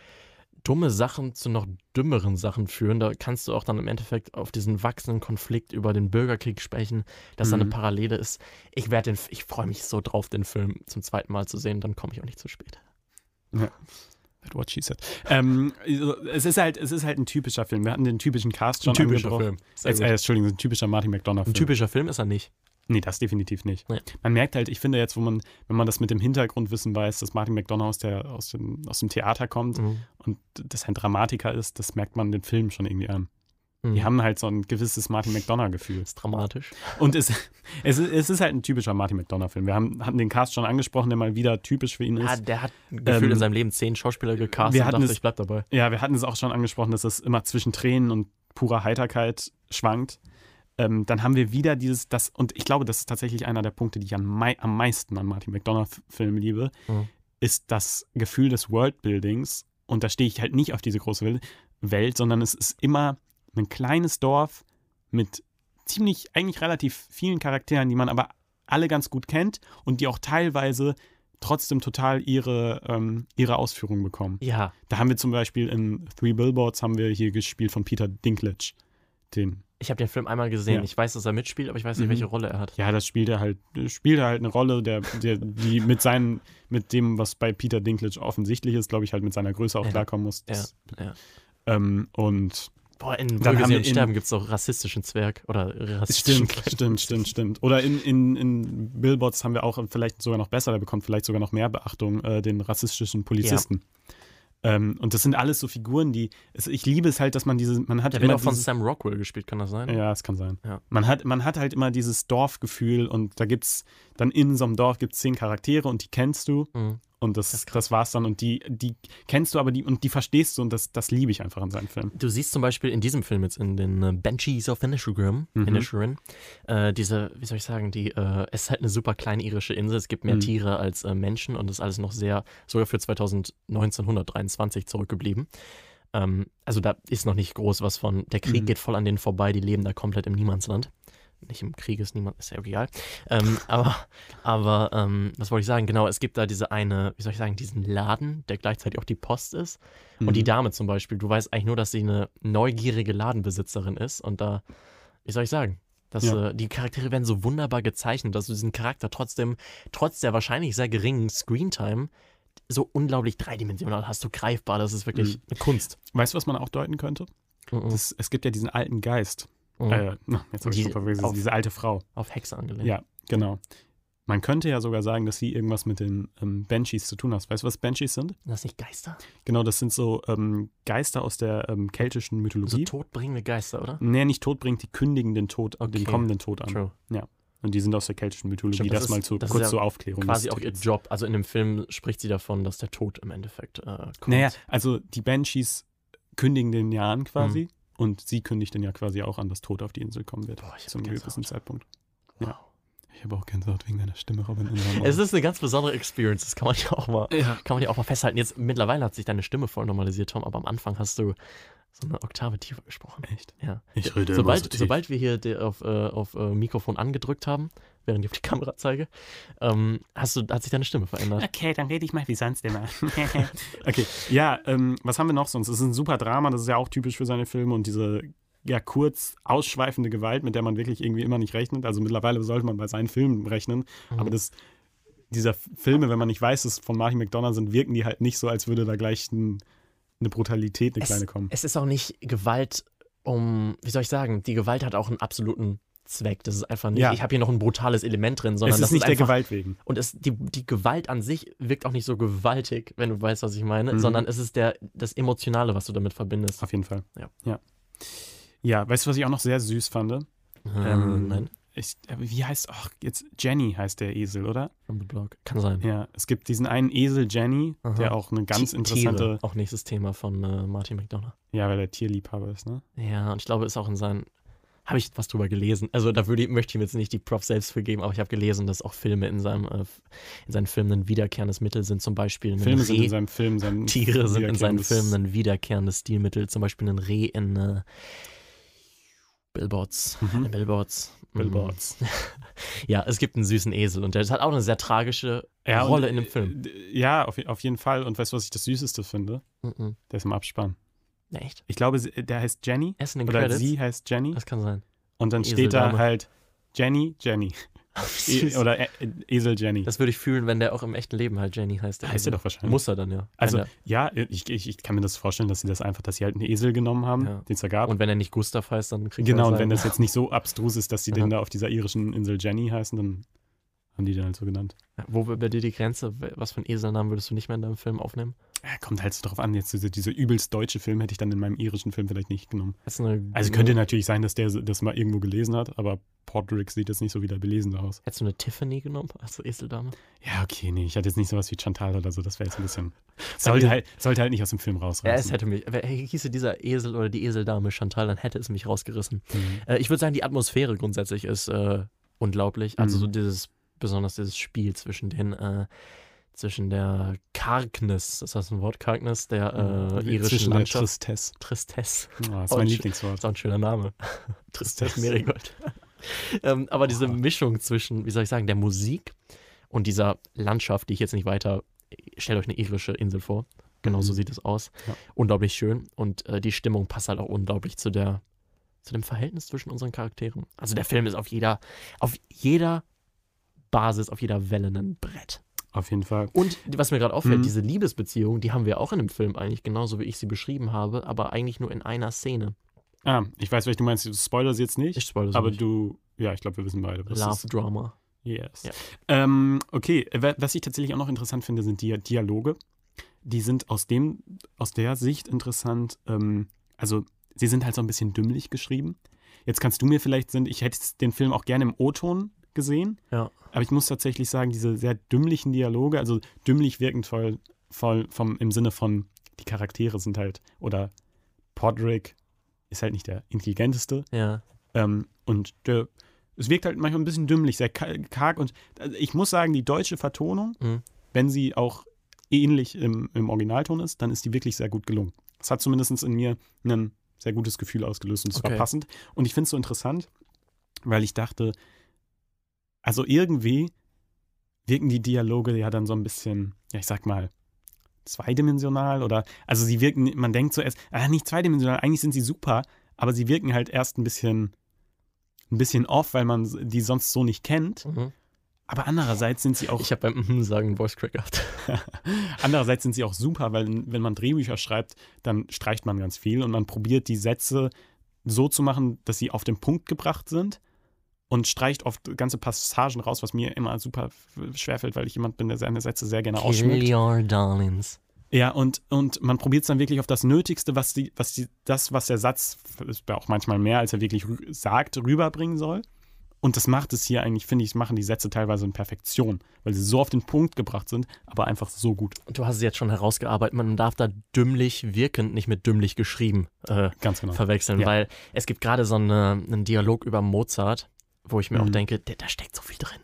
S1: dumme Sachen zu noch dümmeren Sachen führen. Da kannst du auch dann im Endeffekt auf diesen wachsenden Konflikt über den Bürgerkrieg sprechen, dass da eine
S2: Mhm.
S1: Parallele ist. Ich werde den, ich freue mich so drauf, den Film zum zweiten Mal zu sehen. Dann komme ich auch nicht zu spät.
S2: That's What she said. Ähm, also, es, ist halt, es ist halt ein typischer Film. Wir hatten den typischen Cast schon angesprochen.
S1: Sehr
S2: Jetzt,
S1: gut.
S2: äh, Entschuldigung, ein typischer Martin McDonough.
S1: Ein typischer Film ist er nicht.
S2: Nee, das definitiv nicht.
S1: Nee.
S2: Man merkt halt, ich finde jetzt, wo man, wenn man das mit dem Hintergrundwissen weiß, dass Martin McDonough aus, der, aus, dem, aus dem Theater
S1: Mhm.
S2: kommt und dass er ein Dramatiker ist, das merkt man den Film schon irgendwie an.
S1: Mhm.
S2: Die haben halt so ein gewisses Martin McDonough-Gefühl.
S1: ist dramatisch.
S2: Und es, es, ist- es ist halt ein typischer Martin McDonough-Film. Wir haben, hatten den Cast schon angesprochen, der mal wieder typisch für ihn
S1: Ja,
S2: ist.
S1: Ah,
S2: Ähm,
S1: der hat gefühlt in seinem Leben zehn Schauspieler gecastet
S2: wir
S1: und
S2: hatten
S1: dachte,
S2: es-
S1: ich bleib dabei.
S2: Ja, wir hatten es auch schon angesprochen, dass es immer zwischen Tränen und purer Heiterkeit schwankt. Ähm, dann haben wir wieder dieses, das, und ich glaube, das ist tatsächlich einer der Punkte, die ich an mei am meisten an Martin McDonough-Filmen liebe,
S1: Mhm.
S2: ist das Gefühl des Worldbuildings. Und da stehe ich halt nicht auf diese große Wel- Welt, sondern es ist immer ein kleines Dorf mit ziemlich, eigentlich relativ vielen Charakteren, die man aber alle ganz gut kennt und die auch teilweise trotzdem total ihre, ähm, ihre Ausführung bekommen.
S1: Ja,
S2: Da haben wir zum Beispiel in Three Billboards haben wir hier gespielt von Peter Dinklage. Den.
S1: Ich habe den Film einmal gesehen.
S2: Ja.
S1: Ich weiß, dass er mitspielt, aber ich weiß nicht,
S2: Mhm.
S1: welche Rolle er hat.
S2: Ja, das spielt er halt, spielt er halt eine Rolle, der, der, die mit seinen, mit dem, was bei Peter Dinklage offensichtlich ist, glaube ich, halt mit seiner Größe auch
S1: Ja.
S2: klarkommen muss.
S1: Ja,
S2: Das-
S1: ja.
S2: Ähm, und
S1: Boah, in
S2: Dann haben
S1: Wohlgesehen
S2: wir
S1: und
S2: in-
S1: Sterben gibt es auch rassistischen Zwerg oder rassistischen
S2: stimmt, stimmt, stimmt, stimmt. Oder in, in, in Billboards haben wir auch vielleicht sogar noch besser, der bekommt vielleicht sogar noch mehr Beachtung, äh, den rassistischen Polizisten. Ähm, und das sind alles so Figuren, die, es, ich liebe es halt, dass man diese, man hat
S1: Der wird
S2: immer
S1: auch von
S2: dieses-
S1: Sam Rockwell gespielt, kann das sein?
S2: Ja, es kann sein.
S1: Ja.
S2: Man, hat, man hat halt immer dieses Dorfgefühl und da gibt's dann in so einem Dorf gibt's zehn Charaktere und die kennst du
S1: Mhm.
S2: und das,
S1: Das
S2: das,
S1: ist
S2: war's dann und die, die kennst du aber die und die verstehst du und das, das liebe ich einfach an seinen Filmen.
S1: Du siehst zum Beispiel in diesem Film jetzt, in den äh, Banshees of Inisherin,
S2: Mhm.
S1: Inisherin äh, diese, wie soll ich sagen, die, äh, es ist halt eine super kleine irische Insel, es gibt mehr
S2: Mhm.
S1: Tiere als äh, Menschen und ist alles noch sehr, sogar für 2019, 123 zurückgeblieben. Ähm, also da ist noch nicht groß was von, der Krieg
S2: Mhm.
S1: geht voll an denen vorbei, die leben da komplett im Niemandsland. Nicht im Krieg ist niemand, ist ja egal. Ähm, aber, aber ähm, was wollte ich sagen? Genau, es gibt da diese eine, wie soll ich sagen, diesen Laden, der gleichzeitig auch die Post ist. Und die
S2: Mhm.
S1: Dame zum Beispiel, du weißt eigentlich nur, dass sie eine neugierige Ladenbesitzerin ist und da, wie soll ich sagen, dass
S2: Ja.
S1: äh, die Charaktere werden so wunderbar gezeichnet, dass du diesen Charakter trotzdem, trotz der wahrscheinlich sehr geringen Screentime, so unglaublich dreidimensional hast, so greifbar, das ist wirklich
S2: Mhm.
S1: eine Kunst.
S2: Weißt du, was man auch deuten könnte?
S1: Mhm.
S2: Das, es gibt ja diesen alten Geist.
S1: Mhm.
S2: Äh, na, jetzt hab ich
S1: Die-
S2: super vergessen,
S1: auf-
S2: diese alte Frau.
S1: Auf Hexe angelehnt.
S2: Ja, genau. Man könnte ja sogar sagen, dass sie irgendwas mit den ähm, Banshees zu tun hat. Weißt du, was Banshees sind?
S1: Sind das nicht Geister?
S2: Genau, das sind so ähm, Geister aus der ähm, keltischen
S1: So
S2: Mythologie.
S1: todbringende Geister, oder?
S2: Nee, nicht tot bringt, die kündigen den Tod,
S1: Okay.
S2: den kommenden Tod an.
S1: True.
S2: Und die sind aus der keltischen Mythologie.
S1: Stimmt, das
S2: das
S1: ist-
S2: mal zu,
S1: das ist
S2: kurz
S1: ja
S2: zur Aufklärung.
S1: Quasi
S2: des
S1: auch ihr
S2: Titels.
S1: Job. Also in dem Film spricht sie davon, dass der Tod im Endeffekt äh, kommt.
S2: Naja, also die Banshees kündigen den ja an quasi. Und sie kündigt den ja quasi auch an, dass Tod auf die Insel kommen wird.
S1: Boah, ich hab
S2: zum
S1: Gänsehaut.
S2: gewissen Zeitpunkt.
S1: Wow.
S2: ja. Ich habe auch Gänsehaut wegen deiner Stimme, Robin. in meinem Ohr.
S1: Es ist eine ganz besondere Experience, das kann man ja auch mal
S2: ja.
S1: Kann man ja auch mal festhalten. Jetzt mittlerweile hat sich deine Stimme voll normalisiert, Tom, aber am Anfang hast du so eine Oktave tiefer gesprochen.
S2: Echt?
S1: Ja.
S2: Ich rede immer so
S1: sobald,
S2: tief.
S1: sobald wir hier de- auf, äh, auf äh, Mikrofon angedrückt haben, während ich auf die Kamera zeige, ähm, hast du, hat sich deine Stimme verändert.
S2: Okay, dann rede ich mal wie sonst immer. okay, ja, ähm, was haben wir noch sonst? Es ist ein super Drama, das ist ja auch typisch für seine Filme und diese ja kurz ausschweifende Gewalt, mit der man wirklich irgendwie immer nicht rechnet. Also mittlerweile sollte man bei seinen Filmen rechnen,
S1: Mhm.
S2: aber das dieser F- Filme, wenn man nicht weiß, dass es von Martin McDonough sind, wirken die halt nicht so, als würde da gleich ein, eine Brutalität, eine kleine kommen.
S1: Es ist auch nicht Gewalt um, wie soll ich sagen, die Gewalt hat auch einen absoluten Zweck. Das ist einfach nicht,
S2: Ja.
S1: ich habe hier noch ein brutales Element drin, sondern
S2: Es
S1: das
S2: ist nicht
S1: ist
S2: der
S1: einfach
S2: Gewalt wegen.
S1: Und es, die, die Gewalt an sich wirkt auch nicht so gewaltig, wenn du weißt, was ich meine,
S2: Mhm.
S1: sondern es ist der, das Emotionale, was du damit verbindest.
S2: Auf jeden Fall.
S1: Ja.
S2: ja. Ja, weißt du, was ich auch noch sehr süß fand?
S1: Ähm, nein.
S2: ich, aber wie heißt, ach, jetzt Jenny heißt der Esel, oder?
S1: From the Block. Kann sein.
S2: Ja, es gibt diesen einen Esel Jenny,
S1: Aha.
S2: der auch eine ganz
S1: Ti-
S2: interessante,
S1: Tiere. Auch nächstes Thema von äh, Martin McDonough.
S2: ja, weil er Tierliebhaber ist, ne?
S1: Ja, und ich glaube, ist auch in seinen. Habe ich was drüber gelesen? Also, da würde, ich- möchte ich ihm jetzt nicht die Props selbst für geben, aber ich habe gelesen, dass auch Filme in, seinem, äh, in seinen Filmen ein wiederkehrendes Mittel sind. Zum Beispiel ein
S2: Filme
S1: Reh.
S2: sind in seinem Film, sein
S1: Tiere sind in seinen
S2: wiederkehrendes-
S1: Filmen ein wiederkehrendes Stilmittel. Zum Beispiel ein Reh in äh, Billboards.
S2: Mhm.
S1: In Billboards. Mhm.
S2: Billboards.
S1: Ja, es gibt einen süßen Esel und der hat auch eine sehr tragische
S2: Ja, und,
S1: Rolle in dem Film.
S2: äh, Ja, auf, auf jeden Fall. Und weißt du, was ich das Süßeste finde?
S1: Mhm.
S2: Der ist im Abspann.
S1: Echt?
S2: Ich glaube, sie- der heißt Jenny.
S1: Essen in den
S2: Oder
S1: Credits?
S2: sie heißt Jenny.
S1: Das kann sein.
S2: Und dann
S1: die
S2: steht da
S1: Eseldame.
S2: halt Jenny, Jenny. E
S1: Süß.
S2: oder e Esel Jenny.
S1: das würde ich fühlen, wenn der auch im echten Leben halt Jenny heißt. der
S2: heißt er
S1: Esel.
S2: doch wahrscheinlich.
S1: Muss er dann ja.
S2: also,
S1: Wenn
S2: ja, ich, ich, ich kann mir das vorstellen, dass sie das einfach, dass sie halt einen Esel genommen haben,
S1: Ja.
S2: den es da
S1: er,
S2: gab.
S1: und wenn er nicht Gustav heißt, dann kriegt
S2: genau,
S1: er
S2: und wenn
S1: seinen-
S2: das jetzt nicht so abstrus ist, dass sie
S1: Ja.
S2: den da auf dieser irischen Insel Jenny heißen, dann haben die den halt so genannt.
S1: Wo wäre bei dir die Grenze? Was für einen Eselnamen würdest du nicht mehr in deinem Film aufnehmen?
S2: Ja, kommt halt so drauf an, jetzt diese, diese übelst deutsche Film hätte ich dann in meinem irischen Film vielleicht nicht genommen.
S1: Das ist eine,
S2: Also könnte natürlich sein, dass der das mal irgendwo gelesen hat, aber Podrick sieht jetzt nicht so wie der Belesene aus.
S1: Hättest du eine Tiffany genommen als Eseldame?
S2: Ja, okay, nee, ich hatte jetzt nicht sowas wie Chantal oder so, das wäre jetzt ein bisschen.
S1: mir-
S2: Sollte halt, sollte halt nicht aus dem Film rausreißen.
S1: Ja, es hätte mich. wär- Hieße dieser Esel oder die Eseldame Chantal, dann hätte es mich rausgerissen.
S2: Mhm.
S1: Äh, ich würde sagen, die Atmosphäre grundsätzlich ist äh, unglaublich. Also
S2: Mhm.
S1: so dieses, besonders dieses Spiel zwischen den, äh, zwischen der Karkness, ist das ein Wort, Karkness, der äh, irischen
S2: Wie Mhm. zwischen der
S1: Landschaft.
S2: Tristesse.
S1: Tristesse.
S2: Oh, das ist
S1: Und
S2: mein
S1: Sch-
S2: Lieblingswort.
S1: Ist auch ein schöner Name. Tristesse
S2: Tristesse.
S1: Merigold. ähm, aber diese
S2: Boah.
S1: Mischung zwischen, wie soll ich sagen, der Musik und dieser Landschaft, die ich jetzt nicht weiter. Stellt euch eine irische Insel vor. Genau so
S2: Mhm.
S1: sieht es aus.
S2: Ja.
S1: Unglaublich schön. Und äh, die Stimmung passt halt auch unglaublich zu der, zu dem Verhältnis zwischen unseren Charakteren. Also der Film ist auf jeder, auf jeder Basis, auf jeder Welle ein Brett.
S2: Auf jeden Fall.
S1: Und was mir gerade auffällt,
S2: Mhm.
S1: diese Liebesbeziehung, die haben wir auch in dem Film eigentlich, genauso wie ich sie beschrieben habe, aber eigentlich nur in einer Szene.
S2: Ah, ich weiß, welche du meinst. Du spoilerst jetzt nicht,
S1: Ich spoilere
S2: aber
S1: nicht.
S2: du. Ja, ich glaube, wir wissen beide. was es
S1: Love
S2: ist.
S1: Drama.
S2: Yes.
S1: Ja.
S2: Ähm, okay, wa- was ich tatsächlich auch noch interessant finde, sind die Dialoge. Die sind aus dem, aus der Sicht interessant. Ähm, also, sie sind halt so ein bisschen dümmlich geschrieben. Jetzt kannst du mir vielleicht sind, ich hätte den Film auch gerne im O-Ton gesehen.
S1: Ja.
S2: Aber ich muss tatsächlich sagen, diese sehr dümmlichen Dialoge, also dümmlich wirkend voll, voll vom, im Sinne von, die Charaktere sind halt, oder Podrick ist halt nicht der intelligenteste,
S1: Ja.
S2: Ähm, und der, es wirkt halt manchmal ein bisschen dümmlich, sehr ka- karg. Und also ich muss sagen, die deutsche Vertonung,
S1: Mhm.
S2: wenn sie auch ähnlich im, im Originalton ist, dann ist die wirklich sehr gut gelungen. Es hat zumindest in mir ein sehr gutes Gefühl ausgelöst und es war
S1: Okay.
S2: passend. Und ich finde es so interessant, weil ich dachte, also irgendwie wirken die Dialoge ja dann so ein bisschen, ja, ich sag mal, zweidimensional oder, also sie wirken, man denkt zuerst, ah, nicht zweidimensional, eigentlich sind sie super, aber sie wirken halt erst ein bisschen, ein bisschen off, weil man die sonst so nicht kennt. Aber andererseits sind sie auch,
S1: Mhm. Ich habe beim Mhm sagen Voice Crack gehabt.
S2: andererseits sind sie auch super, weil wenn man Drehbücher schreibt, dann streicht man ganz viel und man probiert die Sätze so zu machen, dass sie auf den Punkt gebracht sind und streicht oft ganze Passagen raus, was mir immer super f- schwerfällt, weil ich jemand bin, der seine Sätze sehr gerne ausschmückt.
S1: your darlings.
S2: Ja, und, und man probiert es dann wirklich auf das Nötigste, was die, was die, das, was der Satz, ist ja auch manchmal mehr, als er wirklich rü- sagt, rüberbringen soll. Und das macht es hier eigentlich, finde ich, machen die Sätze teilweise in Perfektion, weil sie so auf den Punkt gebracht sind, aber einfach so gut.
S1: Du hast es jetzt schon herausgearbeitet, man darf da dümmlich wirkend, nicht mit dümmlich geschrieben äh,
S2: Ganz genau.
S1: verwechseln,
S2: Ja.
S1: weil es gibt gerade so eine, einen Dialog über Mozart, wo ich mir auch
S2: Mhm.
S1: denke, da, da steckt so viel drin.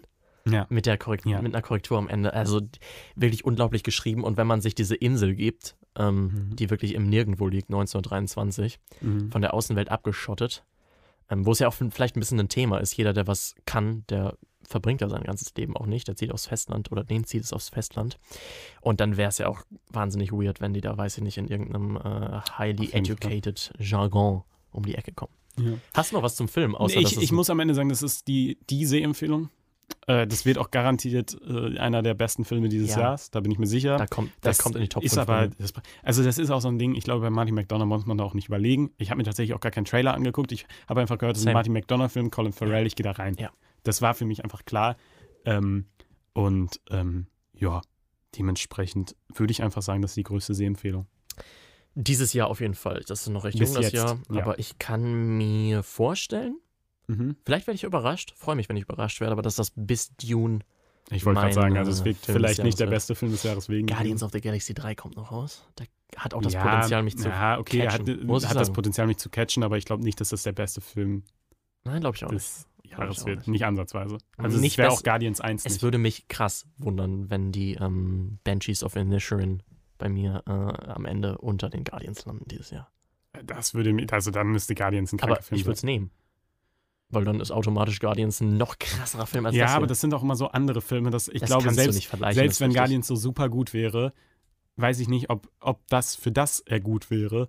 S2: Ja.
S1: Mit, der Korrekt
S2: Ja.
S1: mit einer Korrektur am Ende. Also d- wirklich unglaublich geschrieben. Und wenn man sich diese Insel gibt, ähm,
S2: Mhm.
S1: die wirklich im Nirgendwo liegt, 1923,
S2: Mhm.
S1: von der Außenwelt abgeschottet, ähm, wo es ja auch vielleicht ein bisschen ein Thema ist. Jeder, der was kann, der verbringt ja sein ganzes Leben auch nicht. Der zieht aufs Festland oder den zieht es aufs Festland. Und dann wäre es ja auch wahnsinnig weird, wenn die da, weiß ich nicht, in irgendeinem äh, highly
S2: Auf jeden Fall.
S1: educated Jargon um die Ecke kommen.
S2: Ja.
S1: Hast du noch was zum Film? Außer,
S2: ich
S1: dass es
S2: ich muss am Ende sagen, das ist die, die Sehempfehlung. Äh, das wird auch garantiert äh, einer der besten Filme dieses
S1: Ja.
S2: Jahres, da bin ich mir sicher.
S1: da kommt, das, kommt in die Top ne?
S2: ist
S1: 5
S2: aber,
S1: rein.
S2: das, Also das ist auch so ein Ding, ich glaube, bei Martin McDonough muss man da auch nicht überlegen. Ich habe mir tatsächlich auch gar keinen Trailer angeguckt. Ich habe einfach gehört, das ist ein
S1: Same.
S2: Martin McDonough-Film, Colin Farrell, ich gehe da rein.
S1: Ja.
S2: Das war für mich einfach klar. Ähm, und ähm, ja, dementsprechend würde ich einfach sagen, das ist die größte Sehempfehlung.
S1: Dieses Jahr auf jeden Fall. Das ist noch recht
S2: Bis
S1: jung, das
S2: jetzt,
S1: Jahr.
S2: ja.
S1: Aber ich kann mir vorstellen,
S2: Mhm.
S1: Vielleicht werde ich überrascht, freue mich, wenn ich überrascht werde, aber dass das bis Dune
S2: Ich wollte gerade
S1: Mein,
S2: sagen, also es
S1: äh,
S2: wird
S1: Film des
S2: vielleicht nicht der
S1: Jahres
S2: beste Film des Jahres wegen.
S1: Guardians of the Galaxy 3 kommt noch raus. Da hat auch das Potenzial, mich zu.
S2: Mhm. Ja, okay, er
S1: catchen, muss ich
S2: hat, hat das
S1: sagen.
S2: Potenzial, mich zu catchen, aber ich glaube nicht, dass das der beste Film
S1: Nein, glaube ich auch nicht.
S2: des
S1: Ja, glaub ich
S2: Jahres
S1: auch
S2: wird.
S1: nicht.
S2: Nicht. ansatzweise. Also
S1: Nicht
S2: es wäre
S1: best-
S2: auch Guardians 1
S1: Es
S2: nicht.
S1: würde mich krass wundern, wenn die ähm, Banshees of Inisherin bei mir äh, am Ende unter den Guardians landen dieses Jahr.
S2: Das würde mir, also dann müsste Guardians ein
S1: Aber
S2: kranker Film
S1: ich würde es
S2: sein.
S1: nehmen. Weil dann ist automatisch Guardians ein noch krasserer Film als
S2: Ja,
S1: das.
S2: aber
S1: hier.
S2: das sind auch immer so andere Filme, dass ich
S1: das
S2: glaube,
S1: kannst du
S2: selbst
S1: nicht vergleichen. das
S2: Selbst
S1: ist
S2: wenn
S1: richtig.
S2: Guardians so super gut wäre, weiß ich nicht, ob, ob das für das er gut wäre,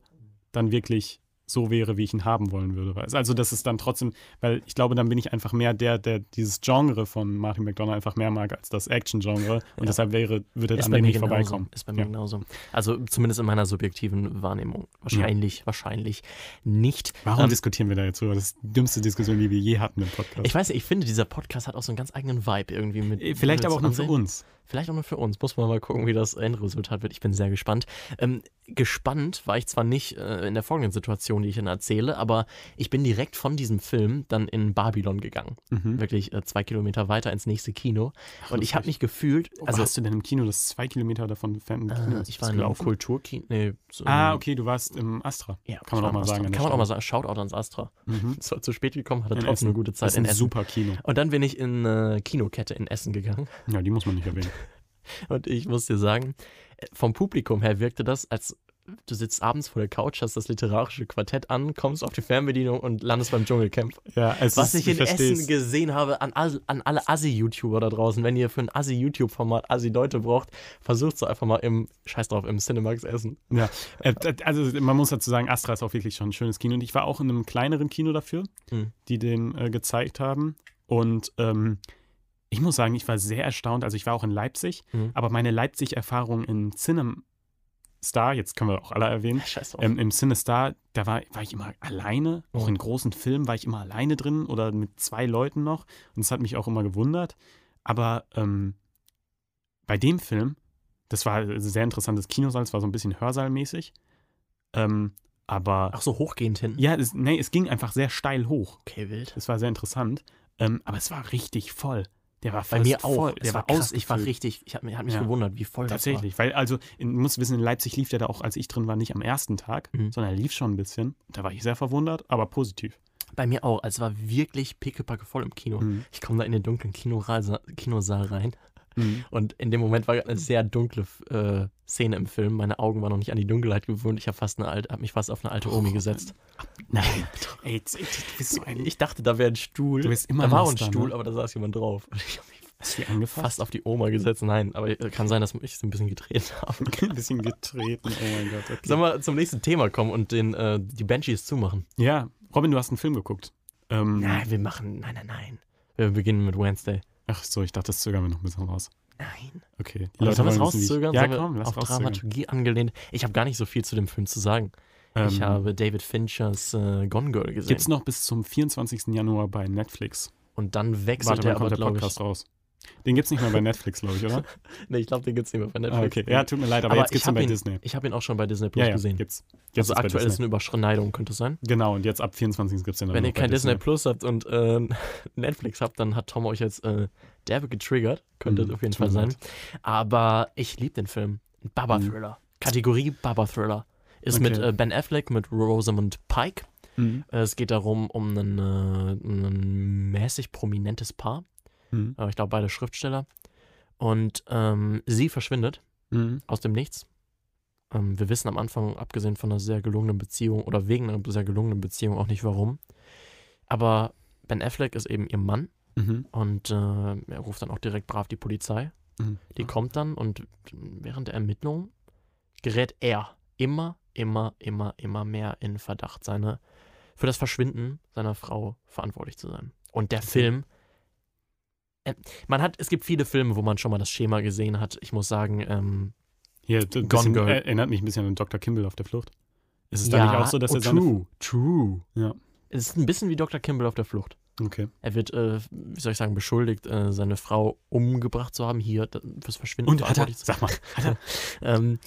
S2: dann wirklich so wäre, wie ich ihn haben wollen würde. Weißt? Also, das ist dann trotzdem, weil ich glaube, dann bin ich einfach mehr der, der dieses Genre von Martin McDonough einfach mehr mag als das Action-Genre. Und
S1: Ja.
S2: deshalb wäre, würde er
S1: ist
S2: an
S1: bei
S2: dem
S1: mir
S2: nicht
S1: genauso.
S2: vorbeikommen.
S1: Ist bei mir
S2: Ja.
S1: genauso. Also zumindest in meiner subjektiven Wahrnehmung. Wahrscheinlich, wahrscheinlich nicht.
S2: Warum
S1: Ähm,
S2: diskutieren wir da jetzt drüber? Das ist die dümmste Diskussion, die wir je hatten im Podcast.
S1: Ich weiß nicht, ich finde, dieser Podcast hat auch so einen ganz eigenen Vibe irgendwie mit.
S2: Äh, Vielleicht
S1: mit
S2: aber auch nur für
S1: Ansehen.
S2: uns.
S1: Vielleicht auch nur für uns. Muss man mal gucken, wie das Endresultat wird. Ich bin sehr gespannt. Ähm, gespannt war ich zwar nicht äh, in der folgenden Situation, die ich Ihnen erzähle, aber ich bin direkt von diesem Film dann in Babylon gegangen.
S2: Mhm.
S1: Wirklich äh, zwei Kilometer weiter ins nächste Kino.
S2: Ach,
S1: Und ich habe
S2: lustig.
S1: mich gefühlt,
S2: Also
S1: also
S2: hast du denn im Kino, das ist zwei Kilometer davon entfernt? im Kino
S1: äh,
S2: ist
S1: ich
S2: das
S1: war in einem
S2: gelaufen?
S1: Kulturkino. Nee, so
S2: Ah,
S1: einem-
S2: okay, du warst im Astra.
S1: Ja,
S2: Kann
S1: ich
S2: man
S1: war
S2: auch mal
S1: im Astra.
S2: sagen an der
S1: Kann man auch mal
S2: Stelle.
S1: sagen. Shoutout ans Astra.
S2: Mhm.
S1: Es war zu spät gekommen, hatte
S2: In
S1: trotzdem eine gute Zeit
S2: Das ist
S1: in
S2: ein
S1: Essen.
S2: super Kino.
S1: Und dann bin ich in äh, Kinokette in Essen gegangen.
S2: Ja, die muss man nicht erwähnen.
S1: Und ich muss dir sagen, äh, vom Publikum her wirkte das, als du sitzt abends vor der Couch, hast das literarische Quartett an, kommst auf die Fernbedienung und landest beim Dschungelcamp.
S2: Ja, es
S1: Was
S2: ist,
S1: ich in
S2: versteh's.
S1: Essen gesehen habe, an, all- an alle Assi-YouTuber da draußen, wenn ihr für ein Assi-YouTube-Format Assi-Leute braucht, versucht es einfach mal im, scheiß drauf, im Cinemax Essen.
S2: Ja, äh, d- also man muss dazu sagen, Astra ist auch wirklich schon ein schönes Kino. Und ich war auch in einem kleineren Kino dafür,
S1: Mhm.
S2: die den äh, gezeigt haben. Und ähm, ich muss sagen, ich war sehr erstaunt. Also ich war auch in Leipzig,
S1: Mhm.
S2: aber meine Leipzig-Erfahrung im Cinem Star, jetzt können wir auch alle erwähnen,
S1: Scheiß drauf.
S2: ähm, im CineStar, da war, war ich immer alleine, auch
S1: Mhm.
S2: in großen Filmen war ich immer alleine drin oder mit zwei Leuten noch. Und das hat mich auch immer gewundert. Aber ähm, bei dem Film, das war ein sehr interessantes Kinosaal, es war so ein bisschen Hörsaalmäßig. Ähm, aber
S1: Ach so, hochgehend hinten.
S2: ja, es, nee, es ging einfach sehr steil hoch.
S1: Okay, wild.
S2: Das war sehr interessant. Ähm, aber es war richtig voll. Der war
S1: Bei
S2: fast
S1: mir auch.
S2: voll.
S1: Es
S2: Der war,
S1: krass. Ich war
S2: ausgefüllt.
S1: richtig, ich habe hab mich
S2: Ja.
S1: gewundert, wie voll das war.
S2: Tatsächlich, weil also, in, muss wissen, in Leipzig lief der da auch, als ich drin war, nicht am ersten Tag,
S1: Mhm.
S2: sondern er lief schon ein bisschen. Da war ich sehr verwundert, aber positiv.
S1: Bei mir auch. Also war wirklich pickepacke voll im Kino.
S2: Mhm.
S1: Ich komme da in den dunklen Kinoraal, Kinosaal rein
S2: Mhm.
S1: und in dem Moment war eine sehr dunkle äh, Szene im Film. Meine Augen waren noch nicht an die Dunkelheit gewöhnt. Ich habe fast eine alte, hab mich fast auf eine alte Omi gesetzt.
S2: Nein. Ey, jetzt- jetzt- du bist so ein.
S1: Ich dachte, da wäre ein Stuhl.
S2: Du bist immer
S1: da war
S2: Master,
S1: ein Stuhl,
S2: ne?
S1: aber da saß jemand drauf. Und ich habe mich
S2: Hast du die angefasst?
S1: fast auf die Oma gesetzt. Nein, aber äh, kann sein, dass ich es ein bisschen gedreht habe.
S2: ein bisschen getreten. Oh mein Gott. Okay.
S1: Sollen wir zum nächsten Thema kommen und den, äh, die Banshees zumachen?
S2: Ja, Robin, du hast einen Film geguckt. Ähm,
S1: Nein, wir machen. Nein, nein, nein. Wir beginnen mit Wednesday.
S2: Ach so, ich dachte, das zögern wir noch ein bisschen raus.
S1: Nein.
S2: Okay. Die
S1: Leute, sollen wir es
S2: wollen wissen, wie ich-
S1: rauszögern?
S2: Ja,
S1: Sollen wir
S2: komm, lass
S1: auf
S2: rauszögern.
S1: Dramaturgie angelehnt. Ich habe gar nicht so viel zu dem Film zu sagen. ich
S2: Ähm,
S1: habe David Finchers äh, Gone Girl gesehen.
S2: Gibt's noch bis zum 24. Januar bei Netflix.
S1: Und dann wechselt
S2: Warte,
S1: er
S2: wann
S1: aber,
S2: kommt der
S1: glaube
S2: Podcast
S1: ich.
S2: raus? Den gibt's nicht mehr bei Netflix, glaube ich, oder?
S1: Nee, ich glaube, den gibt es nicht mehr bei
S2: Ah,
S1: Netflix.
S2: okay. Ja, tut mir leid, aber,
S1: Aber
S2: jetzt gibt's
S1: ich
S2: ihn
S1: hab
S2: bei
S1: ihn-
S2: Disney.
S1: Ich habe ihn auch schon bei Disney Plus
S2: Ja, ja,
S1: gesehen.
S2: gibt's. Jetzt
S1: also
S2: ist bei
S1: aktuell ist
S2: Disney.
S1: eine Überschneidung, könnte es sein.
S2: Genau, und jetzt ab 24. gibt's den dann
S1: Wenn
S2: noch
S1: ihr
S2: bei
S1: kein Disney Plus habt und äh, Netflix habt, dann hat Tom euch jetzt äh, derbe getriggert. Könnte
S2: Mhm,
S1: es auf jeden
S2: tut mir
S1: Fall sein.
S2: leid.
S1: Aber ich liebe den Film. Baba-Thriller. Kategorie Baba-Thriller. Ist mit
S2: Mhm. Okay.
S1: äh, Ben Affleck, mit Rosamund Pike. Äh,
S2: Mhm.
S1: Es geht darum, um ein, äh, ein mäßig prominentes Paar.
S2: Mhm.
S1: Äh, Ich glaube, beide Schriftsteller. Und ähm, sie verschwindet
S2: Mhm.
S1: aus dem Nichts. Ähm, wir wissen am Anfang, abgesehen von einer sehr gelungenen Beziehung oder wegen einer sehr gelungenen Beziehung, auch nicht warum. Aber Ben Affleck ist eben ihr Mann
S2: Mhm.
S1: und äh, er ruft dann auch direkt brav die Polizei.
S2: Mhm.
S1: Die kommt dann und während der Ermittlungen gerät er immer, immer, immer, immer mehr in Verdacht, seine, für das Verschwinden seiner Frau verantwortlich zu sein. Und der Film, äh, man hat, es gibt viele Filme, wo man schon mal das Schema gesehen hat. Ich muss sagen, ähm,
S2: Hier, d-
S1: Gone
S2: bisschen,
S1: Girl.
S2: äh, erinnert mich ein bisschen an Dr. Kimball auf der Flucht. Ist es da
S1: ja,
S2: nicht auch so, dass
S1: oh,
S2: er seine.
S1: true, true.
S2: Ja.
S1: Es ist ein bisschen wie Dr. Kimball auf der Flucht.
S2: Okay.
S1: Er wird, äh, wie soll ich sagen, beschuldigt, äh, seine Frau umgebracht zu haben, hier d- fürs Verschwinden
S2: Und hat er,
S1: verantwortlich zu
S2: sag mal,
S1: Ähm,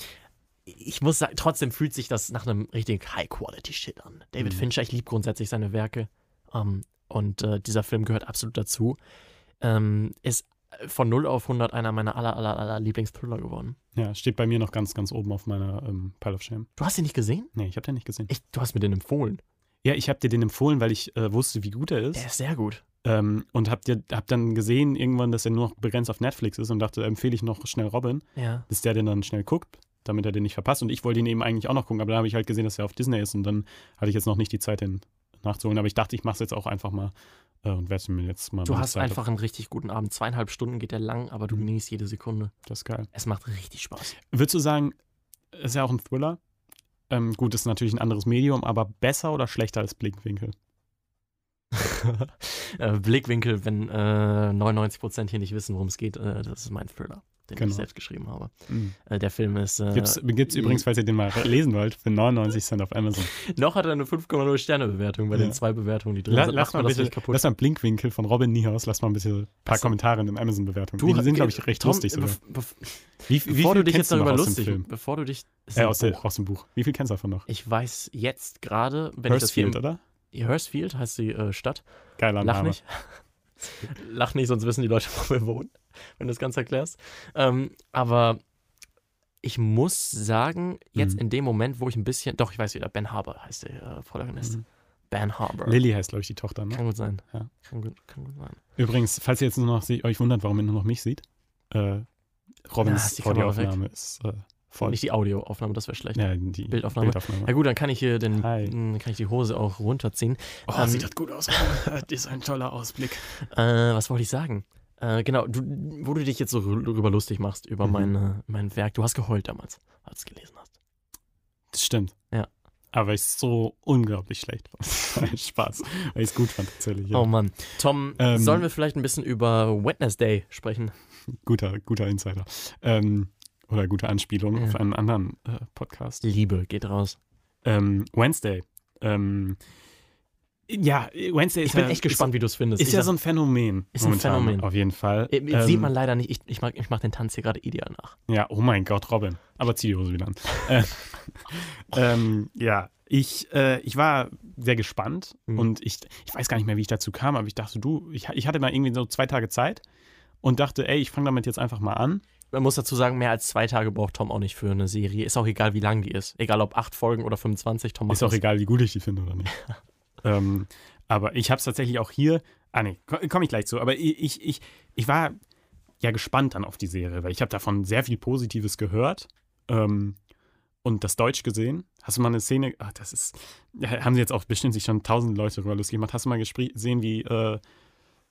S1: ich muss sagen, trotzdem fühlt sich das nach einem richtig High-Quality-Shit an. David
S2: Mhm.
S1: Fincher, ich liebe grundsätzlich seine Werke. Ähm, Und äh, dieser Film gehört absolut dazu. Ähm, ist von 0 auf 100 einer meiner aller, aller, aller Lieblingsthriller geworden.
S2: Ja, steht bei mir noch ganz, ganz oben auf meiner ähm, Pile of Shame.
S1: Du hast ihn nicht gesehen?
S2: Nee, ich habe den nicht gesehen.
S1: Ich, du hast mir den empfohlen.
S2: Ja, ich habe dir den empfohlen, weil ich äh, wusste, wie gut er
S1: Der
S2: ist.
S1: ist sehr gut.
S2: Ähm, und habe hab dann gesehen irgendwann, dass er nur noch begrenzt auf Netflix ist und dachte, empfehle ich noch schnell Robin,
S1: Ja.
S2: dass der den dann schnell guckt, damit er den nicht verpasst. Und ich wollte ihn eben eigentlich auch noch gucken, aber dann habe ich halt gesehen, dass er auf Disney ist und dann hatte ich jetzt noch nicht die Zeit, den nachzuholen. Aber ich dachte, ich mache es jetzt auch einfach mal äh, und werde mir jetzt mal.
S1: Du
S2: wenn ich
S1: hast
S2: Zeit hab.
S1: einfach einen richtig guten Abend. Zweieinhalb Stunden geht er lang, aber du
S2: Mhm.
S1: genießt jede Sekunde.
S2: Das ist geil.
S1: Es macht richtig Spaß.
S2: Würdest du sagen, ist ja auch ein Thriller? Ähm, gut, ist natürlich ein anderes Medium, aber besser oder schlechter als Blickwinkel?
S1: äh, Blickwinkel, wenn äh, 99% hier nicht wissen, worum es geht, äh, das ist mein Thriller, den
S2: Genau.
S1: ich selbst geschrieben habe.
S2: Mhm.
S1: Äh, der Film ist. Äh,
S2: Gibt's, gibt's
S1: äh,
S2: übrigens, falls ihr den mal lesen wollt, für 99 Cent auf Amazon.
S1: Noch hat er eine 5,0 Sterne Bewertung bei
S2: Ja.
S1: den zwei Bewertungen, die drin
S2: La,
S1: sind.
S2: lass,
S1: Macht
S2: mal
S1: mir
S2: ein
S1: das
S2: bisschen,
S1: nicht kaputt.
S2: lass mal Blinkwinkel von Robin Niehaus, lass mal ein bisschen ein paar
S1: Lass-
S2: Kommentare in den Amazon-Bewertungen. Die sind, glaube ich, recht
S1: Tom,
S2: lustig sogar.
S1: bef- bef-
S2: Wie, wie
S1: Bevor
S2: viel
S1: du dich
S2: kennst
S1: jetzt
S2: du noch
S1: darüber
S2: aus dem
S1: lustig,
S2: Film?
S1: bevor du dich. ist
S2: Äh,
S1: ein
S2: aus, der,
S1: Buch.
S2: aus dem Buch. Wie viel kennst du davon noch?
S1: Ich weiß jetzt gerade, wenn
S2: Hursfield,
S1: ich
S2: oder?
S1: das hier. Hursfield heißt die äh, Stadt.
S2: Geiler
S1: Lach
S2: Name.
S1: nicht. Lach nicht, sonst wissen die Leute, wo wir wohnen, wenn du das Ganze erklärst. Ähm, aber ich muss sagen, jetzt
S2: Mhm.
S1: in dem Moment, wo ich ein bisschen. Doch, ich weiß wieder, Ben Harbour heißt der äh, Protagonist.
S2: Mhm.
S1: Ben Harbour.
S2: Lilly heißt, glaube ich, die Tochter. Ne?
S1: Kann gut sein.
S2: Ja.
S1: Kann, gut, kann gut sein.
S2: Übrigens, falls ihr jetzt nur noch se- euch wundert, warum ihr nur noch mich seht, äh,
S1: Na,
S2: Robins
S1: ist die Kamera
S2: Audioaufnahme ist äh, voll.
S1: Nicht die Audioaufnahme, das wäre schlecht.
S2: ja, die
S1: Bildaufnahme.
S2: Bildaufnahme.
S1: Na gut, dann kann ich hier den,
S2: Hi.
S1: mh, kann ich die Hose auch runterziehen.
S2: Oh,
S1: Ähm,
S2: sieht das gut aus. das ist ein toller Ausblick.
S1: Äh, was wollte ich sagen? Äh, genau, du, wo du dich jetzt so rü- drüber lustig machst, über
S2: Mhm.
S1: meine, mein Werk. Du hast geheult damals, als du es gelesen hast.
S2: Das stimmt.
S1: Ja.
S2: Aber ich so unglaublich schlecht. war. Spaß. Weil ich es gut fand, tatsächlich. Ja.
S1: Oh Mann. Tom,
S2: Ähm,
S1: sollen wir vielleicht ein bisschen über Wednesday sprechen?
S2: Guter, guter Insider. Ähm, oder gute Anspielung
S1: Ja.
S2: auf einen anderen äh, Podcast.
S1: Liebe geht raus.
S2: Ähm, Wednesday. Ähm, ja, Wednesday ist
S1: Ich bin
S2: ja,
S1: echt gespannt, wie du es
S2: Ist,
S1: findest.
S2: ist
S1: Ich
S2: ja so
S1: sag-
S2: ein Phänomen.
S1: Ist ein Phänomen.
S2: Auf jeden Fall. Ähm,
S1: Äh, sieht man leider nicht. Ich, ich mache ich mach den Tanz hier gerade ideal nach.
S2: Ja, oh mein Gott, Robin. Aber zieh die Hose wieder an. Äh, ähm, ja, ich, äh, ich war sehr gespannt
S1: Mhm.
S2: und ich, ich weiß gar nicht mehr, wie ich dazu kam, aber ich dachte, du, ich, ich hatte mal irgendwie so zwei Tage Zeit und dachte, ey, ich fange damit jetzt einfach mal an.
S1: Man muss dazu sagen, mehr als zwei Tage braucht Tom auch nicht für eine Serie. Ist auch egal, wie lang die ist. Egal, ob acht Folgen oder 25, Tom macht
S2: Ist auch
S1: das.
S2: egal, wie gut ich die finde oder nicht. ähm, aber ich habe es tatsächlich auch hier. Ah, nee, komme komm ich gleich zu. Aber ich, ich, ich, ich war ja gespannt dann auf die Serie, weil ich habe davon sehr viel Positives gehört ähm, und das Deutsch gesehen. Hast du mal eine Szene, ach, das ist, ja, haben sie jetzt auch bestimmt sich schon tausend Leute darüber lustig gemacht. Hast du mal gespr- gesehen, wie, äh,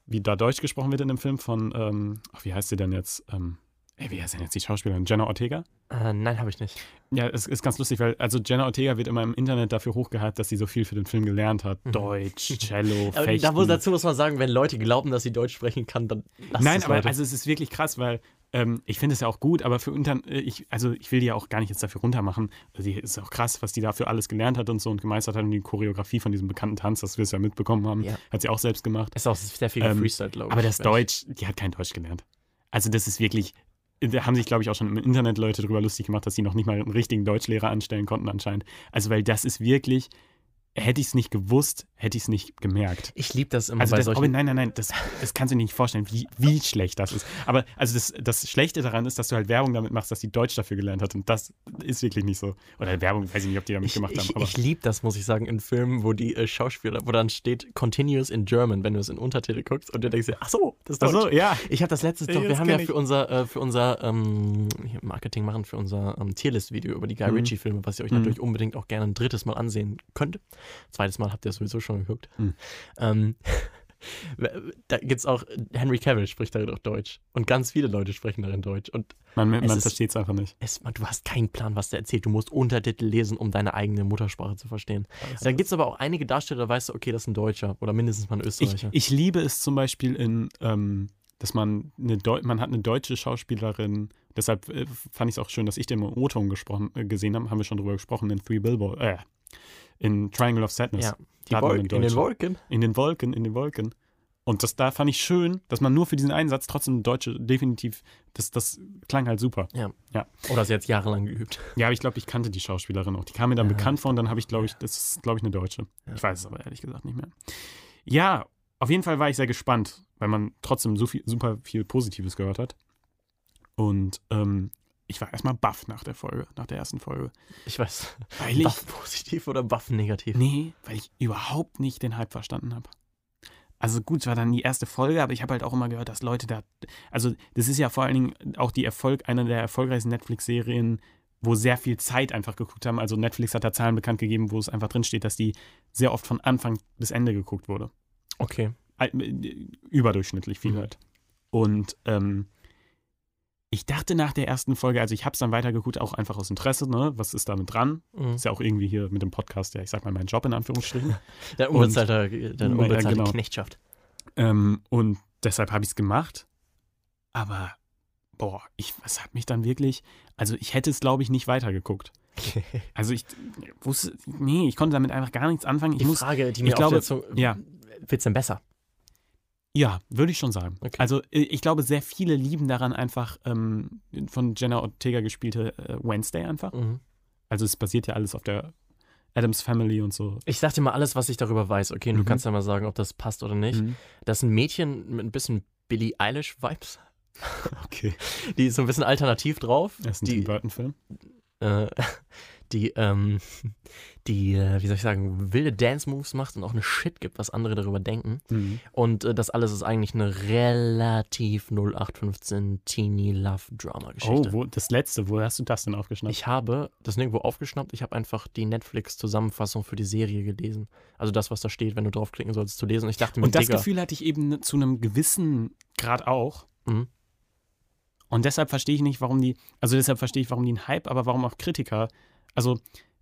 S2: wie da Deutsch gesprochen wird in dem Film von, ähm, ach, wie heißt sie denn jetzt? Ähm, ey, wie heißt denn jetzt die Schauspielerin? Jenna Ortega?
S1: Äh, nein, habe ich nicht.
S2: Ja, es ist ganz lustig, weil also Jenna Ortega wird immer im Internet dafür hochgehypt, dass sie so viel für den Film gelernt hat.
S1: Mhm.
S2: Deutsch, Cello,
S1: Aber
S2: Fechten.
S1: da muss, dazu muss man sagen, wenn Leute glauben, dass sie Deutsch sprechen kann, dann lasst
S2: Nein,
S1: es,
S2: aber
S1: Leute.
S2: also es ist wirklich krass, weil ähm, ich finde es ja auch gut, aber für unter, äh, ich, also ich will die ja auch gar nicht jetzt dafür runtermachen. Also die ist auch krass, was die dafür alles gelernt hat und so und gemeistert hat und die Choreografie von diesem bekannten Tanz, das wir es ja mitbekommen haben,
S1: Ja.
S2: hat sie auch selbst gemacht.
S1: ist auch sehr viel
S2: Ähm,
S1: Freestyle, glaube ich.
S2: Aber das
S1: wenn ich-
S2: Deutsch, die hat kein Deutsch gelernt. Also das ist wirklich, da haben sich, glaube ich, auch schon im Internet Leute drüber lustig gemacht, dass sie noch nicht mal einen richtigen Deutschlehrer anstellen konnten anscheinend. Also weil das ist wirklich, hätte ich es nicht gewusst, hätte ich es nicht gemerkt.
S1: Ich liebe das immer
S2: Also
S1: bei
S2: das, oh,
S1: solchen.
S2: nein, nein, nein, das, das kannst du dir nicht vorstellen, wie, wie schlecht das ist. Aber also das, das Schlechte daran ist, dass du halt Werbung damit machst, dass die Deutsch dafür gelernt hat. Und das ist wirklich nicht so. Oder Werbung, weiß ich nicht, ob die damit
S1: Ich,
S2: gemacht haben.
S1: ich,
S2: aber
S1: ich liebe das, muss ich sagen, in Filmen, wo die äh, Schauspieler, wo dann steht Continuous in German, wenn du es in Untertitel guckst und du denkst dir, ach so, das ist
S2: Ach
S1: Deutsch.
S2: so, ja.
S1: Ich habe das letzte,
S2: Ey,
S1: doch, wir
S2: das
S1: haben ja
S2: kenn ich.
S1: für unser, äh, für unser ähm, hier Marketing machen, für unser ähm, Tierlist-Video über die Guy
S2: Mhm.
S1: Ritchie-Filme, was ihr euch
S2: Mhm.
S1: natürlich unbedingt auch gerne ein drittes Mal ansehen könnt. Zweites Mal habt ihr sowieso schon geguckt.
S2: Mhm.
S1: Ähm, da gibt's auch, Henry Cavill spricht darin auch Deutsch. Und ganz viele Leute sprechen darin Deutsch. Und
S2: Man,
S1: Es
S2: man
S1: ist-
S2: versteht es einfach nicht.
S1: es, man, du hast keinen Plan, was der erzählt. Du musst Untertitel lesen, um deine eigene Muttersprache zu verstehen. Dann gibt es Also aber auch einige Darsteller, da weißt du, okay, das ist ein Deutscher oder mindestens mal ein
S2: Ich,
S1: Österreicher.
S2: ich liebe es zum Beispiel in, ähm, dass man eine Deu man hat eine deutsche Schauspielerin, deshalb äh, fand ich es auch schön, dass ich den im O-Ton gesprochen, äh, gesehen habe, haben wir schon drüber gesprochen, in Three Billboards, äh, in Triangle of Sadness,
S1: ja, die
S2: da hat man einen
S1: Wolken, in den
S2: Deutschen.
S1: Wolken.
S2: in den Wolken, in den Wolken. Und das da fand ich schön, dass man nur für diesen Einsatz trotzdem Deutsche definitiv, das, das klang halt super.
S1: Oder ist jetzt jahrelang geübt.
S2: Ja, aber ich glaube, ich kannte die Schauspielerin auch. Die kam mir dann
S1: Ja,
S2: bekannt vor und dann habe ich, glaube ich, das ist, glaube ich, eine Deutsche.
S1: Ja.
S2: Ich weiß es aber ehrlich gesagt nicht mehr. Ja, Auf jeden Fall war ich sehr gespannt, weil man trotzdem so viel, super viel Positives gehört hat. Und ähm, ich war erstmal baff nach der Folge, nach der ersten Folge.
S1: Ich weiß,
S2: Weil ich,
S1: Buff positiv oder Buff negativ?
S2: nee, weil ich überhaupt nicht den Hype verstanden habe. Also gut, es war dann die erste Folge, aber ich habe halt auch immer gehört, dass Leute da, also das ist ja vor allen Dingen auch die Erfolg, einer der erfolgreichsten Netflix-Serien, wo sehr viel Zeit einfach geguckt haben. Also Netflix hat da Zahlen bekannt gegeben, wo es einfach drin steht, dass die sehr oft von Anfang bis Ende geguckt wurde.
S1: Okay.
S2: Al- äh, überdurchschnittlich viel
S1: Mhm.
S2: halt. Und ähm, ich dachte nach der ersten Folge, also ich habe es dann weitergeguckt, auch einfach aus Interesse, ne? Was ist damit dran?
S1: Mhm.
S2: Ist ja auch irgendwie hier mit dem Podcast, ja, ich sag mal meinen Job in Anführungsstrichen.
S1: Dein
S2: Und-
S1: unbezahlter, deine
S2: Ja,
S1: unbezahlte
S2: genau.
S1: Knechtschaft.
S2: ähm, und deshalb habe ich es gemacht. Aber, boah, ich, was hat mich dann wirklich, also ich hätte es, glaube ich, nicht weitergeguckt. Also ich wusste, nee, ich konnte damit einfach gar nichts anfangen. Ich
S1: Die
S2: muss,
S1: Frage, die
S2: ich
S1: mir auf
S2: glaube,
S1: der Zunge.
S2: ja.
S1: Wird's denn besser?
S2: Ja, würde ich schon sagen.
S1: Okay.
S2: Also äh, ich glaube, sehr viele lieben daran einfach ähm, von Jenna Ortega gespielte äh, Wednesday einfach.
S1: Mhm.
S2: Also es basiert ja alles auf der Adams Family und so.
S1: Ich sag dir mal alles, was ich darüber weiß, okay? Und
S2: Mhm.
S1: du kannst ja mal sagen, ob das passt oder nicht.
S2: Mhm.
S1: Das ist ein Mädchen mit ein bisschen Billie Eilish-Vibes.
S2: Okay.
S1: Die ist so ein bisschen alternativ drauf.
S2: Das ist ein
S1: Die-
S2: Tim Burton-Film.
S1: äh, die, ähm, die, äh, wie soll ich sagen, wilde Dance-Moves macht und auch eine Shit gibt, was andere darüber denken.
S2: Mhm.
S1: Und äh, das alles ist eigentlich eine relativ 0815 Teeny Love Drama
S2: Oh,
S1: Geschichte.
S2: wo, das letzte, wo hast du das denn aufgeschnappt?
S1: ich habe das nirgendwo aufgeschnappt, ich habe einfach die Netflix-Zusammenfassung für die Serie gelesen. Also das, was da steht, wenn du draufklicken sollst, zu lesen. Ich dachte mir,
S2: und das
S1: Digga,
S2: Gefühl hatte ich eben zu einem gewissen Grad auch.
S1: Mhm.
S2: Und deshalb verstehe ich nicht, warum die, also deshalb verstehe ich, warum die einen Hype, aber warum auch Kritiker. Also,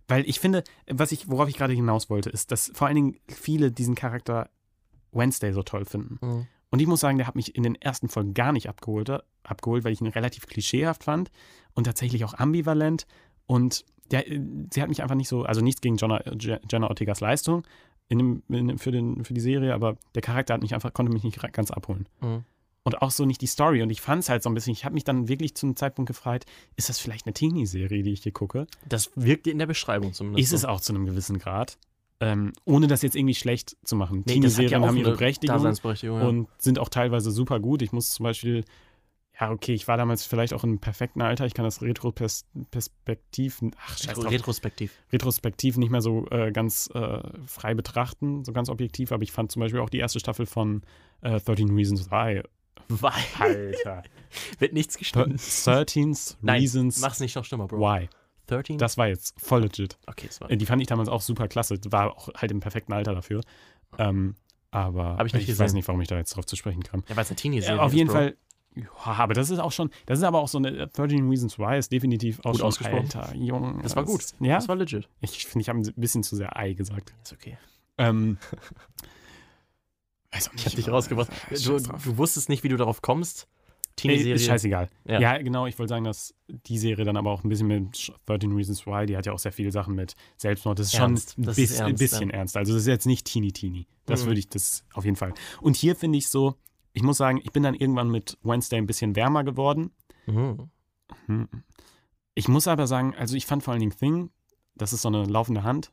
S2: weil ich finde, was ich, worauf ich gerade hinaus wollte, ist, dass vor allen Dingen viele diesen Charakter Wednesday so toll finden.
S1: Mhm.
S2: Und ich muss sagen, der hat mich in den ersten Folgen gar nicht abgeholt, abgeholt weil ich ihn relativ klischeehaft fand und tatsächlich auch ambivalent. Und der, äh, sie hat mich einfach nicht so, also nichts gegen Jenna, Je- Jenna Ortegas Leistung in dem, in, dem- für, den, für die Serie, aber der Charakter hat mich einfach, konnte mich nicht ra- ganz abholen.
S1: Mhm.
S2: Und auch so nicht die Story. Und ich fand es halt so ein bisschen, ich habe mich dann wirklich zu einem Zeitpunkt gefragt, ist das vielleicht eine Teenie-Serie, die ich hier gucke?
S1: das wirkt in der Beschreibung zumindest.
S2: Ist es
S1: so.
S2: auch zu einem gewissen Grad. Ähm, ohne das jetzt irgendwie schlecht zu machen.
S1: Nee, das hat ja
S2: Teenie-Serien
S1: auch
S2: haben ihre
S1: eine
S2: Berechtigung
S1: Daseinsberechtigung, ja.
S2: und sind auch teilweise super gut. Ich muss zum Beispiel, ja, okay, ich war damals vielleicht auch im perfekten Alter, ich kann das Retroperspektiv, ach, scheiß drauf,
S1: retrospektiv.
S2: Retrospektiv nicht mehr so äh, ganz äh, frei betrachten, so ganz objektiv, aber ich fand zum Beispiel auch die erste Staffel von äh, 13 Reasons Why. Halt.
S1: Weil
S2: Alter.
S1: wird nichts geschnitten.
S2: 13
S1: Nein,
S2: Reasons
S1: Mach's nicht noch schlimmer, Bro.
S2: Why.
S1: 13?
S2: Das war jetzt voll legit.
S1: okay, das war.
S2: Äh, Die fand ich damals auch super klasse, war auch halt im perfekten Alter dafür. Ähm, aber
S1: Hab ich nicht
S2: weiß
S1: gesehen.
S2: nicht, warum ich da jetzt drauf zu sprechen kam.
S1: Ja, weil es eine Teenie-Serie
S2: Ja, Äh, auf jeden
S1: ist, Bro.
S2: Fall. Ja, aber das ist auch schon, das ist aber auch so eine 13 Reasons Why ist definitiv auch
S1: Gut
S2: schon
S1: ausgesprochen.
S2: Alter, Junge.
S1: Das war gut.
S2: Ja,
S1: Das war legit.
S2: ich finde, ich habe ein bisschen zu sehr Ei gesagt.
S1: Ist okay.
S2: Ähm, weiß auch nicht.
S1: Ich hab dich rausgebracht.
S2: Scheiß
S1: Du,
S2: drauf.
S1: du wusstest nicht, wie du darauf kommst.
S2: Ey,
S1: Teenie-Serie.
S2: ist scheißegal. Ja.
S1: Ja.
S2: genau, ich wollte sagen, dass die Serie dann aber auch ein bisschen mit 13 Reasons Why, die hat ja auch sehr viele Sachen mit Selbstmord. Das ist
S1: Ernst.
S2: schon ein,
S1: Das
S2: bis,
S1: ist ernst,
S2: ein bisschen ernst. Also das ist jetzt nicht teeny teeny. Das
S1: Mhm.
S2: würde ich, das auf jeden Fall. Und hier finde ich so, ich muss sagen, ich bin dann irgendwann mit Wednesday ein bisschen wärmer geworden.
S1: Mhm.
S2: Hm. Ich muss aber sagen, also ich fand vor allen Dingen Thing, das ist so eine laufende Hand.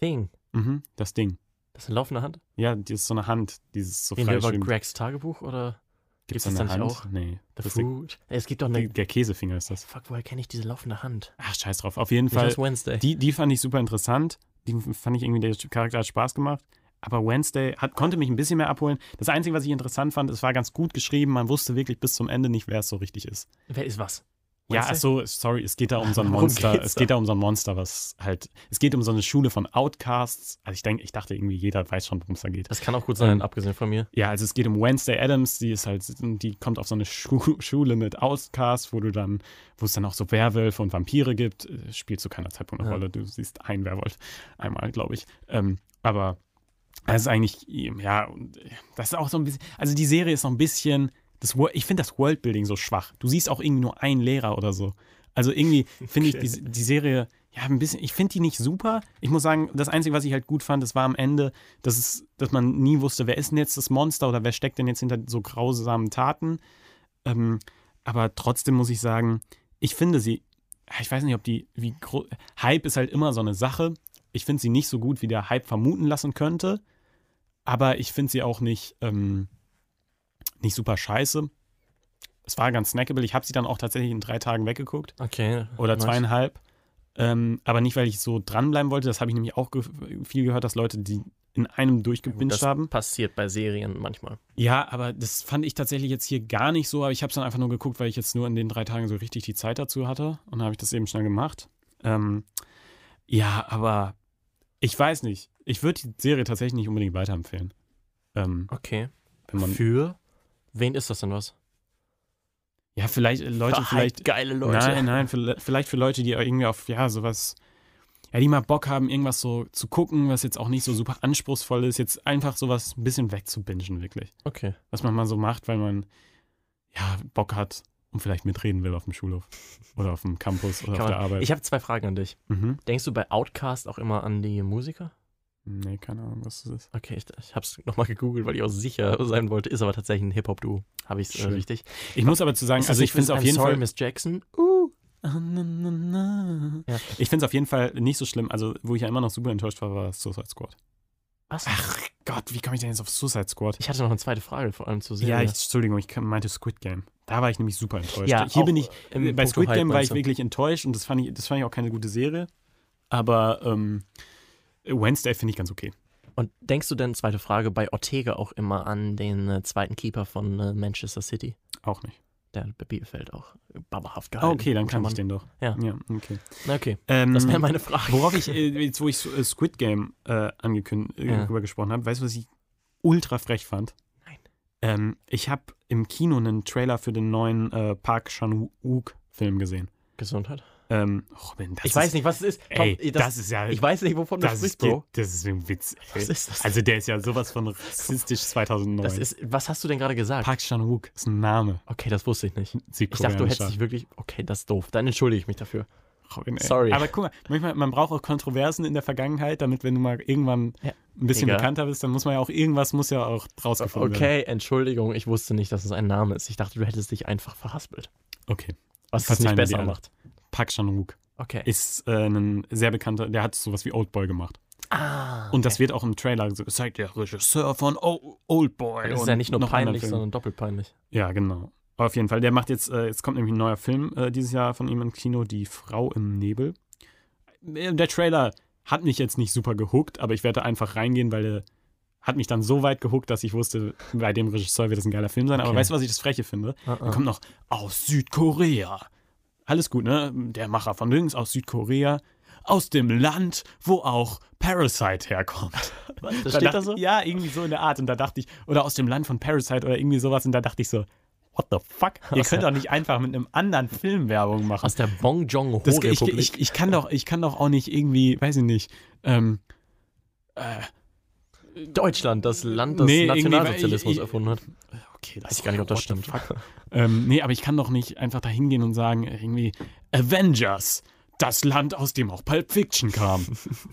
S1: Thing.
S2: Mhm, das Ding.
S1: Das ist eine laufende Hand.
S2: Ja, die ist so eine Hand, dieses so
S1: Reden wir über
S2: freischwimmt.
S1: Gregs Tagebuch oder
S2: Gibt's
S1: gibt's
S2: da
S1: das
S2: eine
S1: nicht
S2: Hand? Nee.
S1: The
S2: Das ist
S1: Food? Es gibt doch
S2: der,
S1: eine.
S2: der Käsefinger ist das.
S1: Fuck, woher kenne ich diese laufende Hand?
S2: Ach, scheiß drauf. Auf jeden
S1: Ich
S2: Fall,
S1: weiß Wednesday.
S2: die, die fand ich super interessant. Die fand ich irgendwie, der Charakter hat Spaß gemacht. Aber Wednesday hat, konnte mich ein bisschen mehr abholen. Das Einzige, was ich interessant fand, es war ganz gut geschrieben. Man wusste wirklich bis zum Ende nicht, wer es so richtig ist.
S1: Wer ist was?
S2: Ja,
S1: Wednesday?
S2: ach so, sorry, es geht da um so ein
S1: Worum
S2: Monster.
S1: geht's
S2: Es
S1: da?
S2: geht da um so ein Monster, was halt. Es geht um so eine Schule von Outcasts. Also ich denke, ich dachte irgendwie, jeder weiß schon, worum es da geht.
S1: Das kann auch gut sein,
S2: Ähm,
S1: abgesehen von mir.
S2: Ja, also es geht um Wednesday Adams, die ist halt, die kommt auf so eine Schu Schule mit Outcasts, wo du dann, wo es dann auch so Werwölfe und Vampire gibt. Äh, Spielt zu keiner Zeitpunkt eine
S1: Ja.
S2: Rolle. Du siehst einen Werwolf einmal, glaube ich. Ähm, aber das ist eigentlich, ja, und, äh, das ist auch so ein bisschen. Also die Serie ist noch ein bisschen. Das, Wor- ich finde das Worldbuilding so schwach. Du siehst auch irgendwie nur einen Lehrer oder so. Also irgendwie finde
S1: Okay.
S2: ich die, die Serie, ja, ein bisschen, ich finde die nicht super. Ich muss sagen, das Einzige, was ich halt gut fand, das war am Ende, dass, es, dass man nie wusste, wer ist denn jetzt das Monster oder wer steckt denn jetzt hinter so grausamen Taten. Ähm, aber trotzdem muss ich sagen, ich finde sie, ich weiß nicht, ob die, wie gro- Hype ist halt immer so eine Sache. Ich finde sie nicht so gut, wie der Hype vermuten lassen könnte. Aber ich finde sie auch nicht, ähm, nicht super scheiße. Es war ganz snackable. Ich habe sie dann auch tatsächlich in drei Tagen weggeguckt
S1: Okay.
S2: oder
S1: nice.
S2: zweieinhalb. Ähm, aber nicht, weil ich so dranbleiben wollte. Das habe ich nämlich auch ge viel gehört, dass Leute, die in einem
S1: Gut,
S2: durchgebinged
S1: das
S2: haben.
S1: passiert bei Serien manchmal.
S2: Ja, aber das fand ich tatsächlich jetzt hier gar nicht so. Aber ich habe es dann einfach nur geguckt, weil ich jetzt nur in den drei Tagen so richtig die Zeit dazu hatte. Und dann habe ich das eben schnell gemacht. Ähm, ja, aber ich weiß nicht. Ich würde die Serie tatsächlich nicht unbedingt weiterempfehlen. Ähm,
S1: Okay.
S2: wenn man,
S1: Für wen ist das denn was?
S2: ja, vielleicht äh, Leute,
S1: Für
S2: vielleicht
S1: halt geile Leute.
S2: Nein, nein, vielleicht vielleicht für Leute, die irgendwie auf, ja, sowas, ja, die mal Bock haben, irgendwas so zu gucken, was jetzt auch nicht so super anspruchsvoll ist, jetzt einfach sowas ein bisschen wegzubingen, wirklich.
S1: Okay.
S2: Was man mal so macht, weil man, ja, Bock hat und vielleicht mitreden will auf dem Schulhof oder auf dem Campus oder
S1: Kann
S2: auf der
S1: man-
S2: Arbeit.
S1: Ich habe zwei Fragen an dich.
S2: mhm.
S1: Denkst du bei Outcast auch immer an die Musiker?
S2: Nee, keine Ahnung, was das ist.
S1: Okay, ich, ich habe es nochmal gegoogelt, weil ich auch sicher sein wollte. Ist aber tatsächlich ein Hip-Hop-Duo. Habe ich es äh,
S2: Schön.
S1: richtig?
S2: Ich muss aber zu sagen,
S1: Ist das
S2: also ich
S1: nicht
S2: finde es
S1: mit
S2: auf
S1: I'm
S2: jeden
S1: sorry,
S2: Fall.
S1: Miss Jackson. Uh. Ja.
S2: Ich finde es auf jeden Fall nicht so schlimm. Also, wo ich ja immer noch super enttäuscht war, war Suicide Squad.
S1: Was?
S2: Ach Gott, wie komme ich denn jetzt auf Suicide Squad?
S1: Ich hatte noch eine zweite Frage, vor allem zu
S2: Ja,
S1: Serie.
S2: ich, Entschuldigung, ich meinte Squid Game. Da war ich nämlich super enttäuscht.
S1: Ja,
S2: Hier
S1: auch äh,
S2: bin ich, äh,
S1: im
S2: bei
S1: Punkto
S2: Squid
S1: Hype
S2: Game war
S1: meinst du?
S2: ich wirklich enttäuscht und das fand ich, das fand ich auch keine gute Serie. Aber ähm, Wednesday finde ich ganz okay.
S1: Und denkst du denn, zweite Frage, bei Ortega auch immer an den äh, zweiten Keeper von äh, Manchester City?
S2: Auch nicht.
S1: Der hat bei Bielefeld auch barberhaft
S2: Ah,
S1: gehalten.
S2: okay, dann
S1: Guter
S2: kann ich
S1: Mann.
S2: den doch.
S1: Ja.
S2: ja okay.
S1: Na, Okay,
S2: Ähm,
S1: das wäre meine Frage.
S2: Worauf ich, äh, jetzt wo ich äh, Squid Game äh, angekündigt, äh,
S1: Ja.
S2: drüber gesprochen habe, weißt du, was ich ultra frech fand?
S1: Nein.
S2: Ähm, ich habe im Kino einen Trailer für den neuen äh, Park Chan-wook-Film gesehen.
S1: Gesundheit?
S2: Ähm, Robin, das
S1: Ich
S2: ist,
S1: weiß nicht, was es ist. Tom,
S2: Ey, das,
S1: das,
S2: ist ja
S1: ich weiß nicht, wovon du
S2: Das
S1: sprichst,
S2: ist,
S1: Bro.
S2: das ist ein Witz. Ey.
S1: Was ist das?
S2: Also der ist ja sowas von rassistisch 2009.
S1: das ist, was hast du denn gerade gesagt?
S2: Park Chan-wook ist ein Name.
S1: Okay, das wusste ich nicht. Ich dachte,
S2: Südkoreanischer.
S1: du hättest dich wirklich. Okay, das ist doof. Dann entschuldige ich mich dafür.
S2: Robin, ey.
S1: Sorry.
S2: Aber guck mal, manchmal, man braucht auch Kontroversen in der Vergangenheit, damit wenn du mal irgendwann
S1: Ja.
S2: ein bisschen
S1: Digga.
S2: bekannter bist, dann muss man ja auch irgendwas muss ja auch rausgefunden werden.
S1: Okay, Entschuldigung, ich wusste nicht, dass es ein Name ist. Ich dachte, du hättest dich einfach verhaspelt.
S2: Okay.
S1: Was es
S2: Verzeihen
S1: nicht
S2: wir die
S1: besser
S2: alle.
S1: macht.
S2: Park Chan-wook
S1: Okay.
S2: ist äh, ein sehr bekannter, der hat sowas wie Oldboy gemacht.
S1: Ah.
S2: Und das wird auch im Trailer so gezeigt, der Regisseur von o Oldboy.
S1: Das ist
S2: und
S1: ja nicht nur
S2: noch anderen
S1: peinlich,
S2: Filmen.
S1: sondern doppelt peinlich.
S2: Ja, genau. Aber auf jeden Fall, der macht jetzt, äh, jetzt kommt nämlich ein neuer Film äh, dieses Jahr von ihm im Kino, Die Frau im Nebel. Äh, Der Trailer hat mich jetzt nicht super gehuckt, aber ich werde einfach reingehen, weil der hat mich dann so weit gehuckt, dass ich wusste, bei dem Regisseur wird das ein geiler Film sein. Aber
S1: Okay.
S2: weißt du, was ich das Freche finde?
S1: Ah,
S2: Dann
S1: ah.
S2: kommt noch aus Südkorea. Alles gut, ne? Der Macher von Links aus Südkorea. Aus dem Land, wo auch Parasite herkommt.
S1: Das
S2: Da
S1: steht
S2: dachte,
S1: da so?
S2: Ja, irgendwie so in der Art. Und da dachte ich, oder aus dem Land von Parasite oder irgendwie sowas. Und da dachte ich so, what the fuck? Ihr
S1: Aus
S2: könnt doch nicht einfach mit einem anderen Film Werbung machen.
S1: Aus der Bong Jong Ho
S2: Das, ich,
S1: Republik.
S2: ich, ich, kann doch, ich kann doch auch nicht irgendwie, weiß ich nicht, ähm,
S1: Deutschland, das Land, das
S2: Nee, irgendwie, weil
S1: Nationalsozialismus
S2: ich- ich-
S1: erfunden hat.
S2: okay,
S1: Weiß ich gar nicht, ob das
S2: what the
S1: stimmt.
S2: fuck? Ähm, nee, aber ich kann doch nicht einfach da hingehen und sagen, äh, irgendwie, Avengers, das Land, aus dem auch Pulp Fiction kam.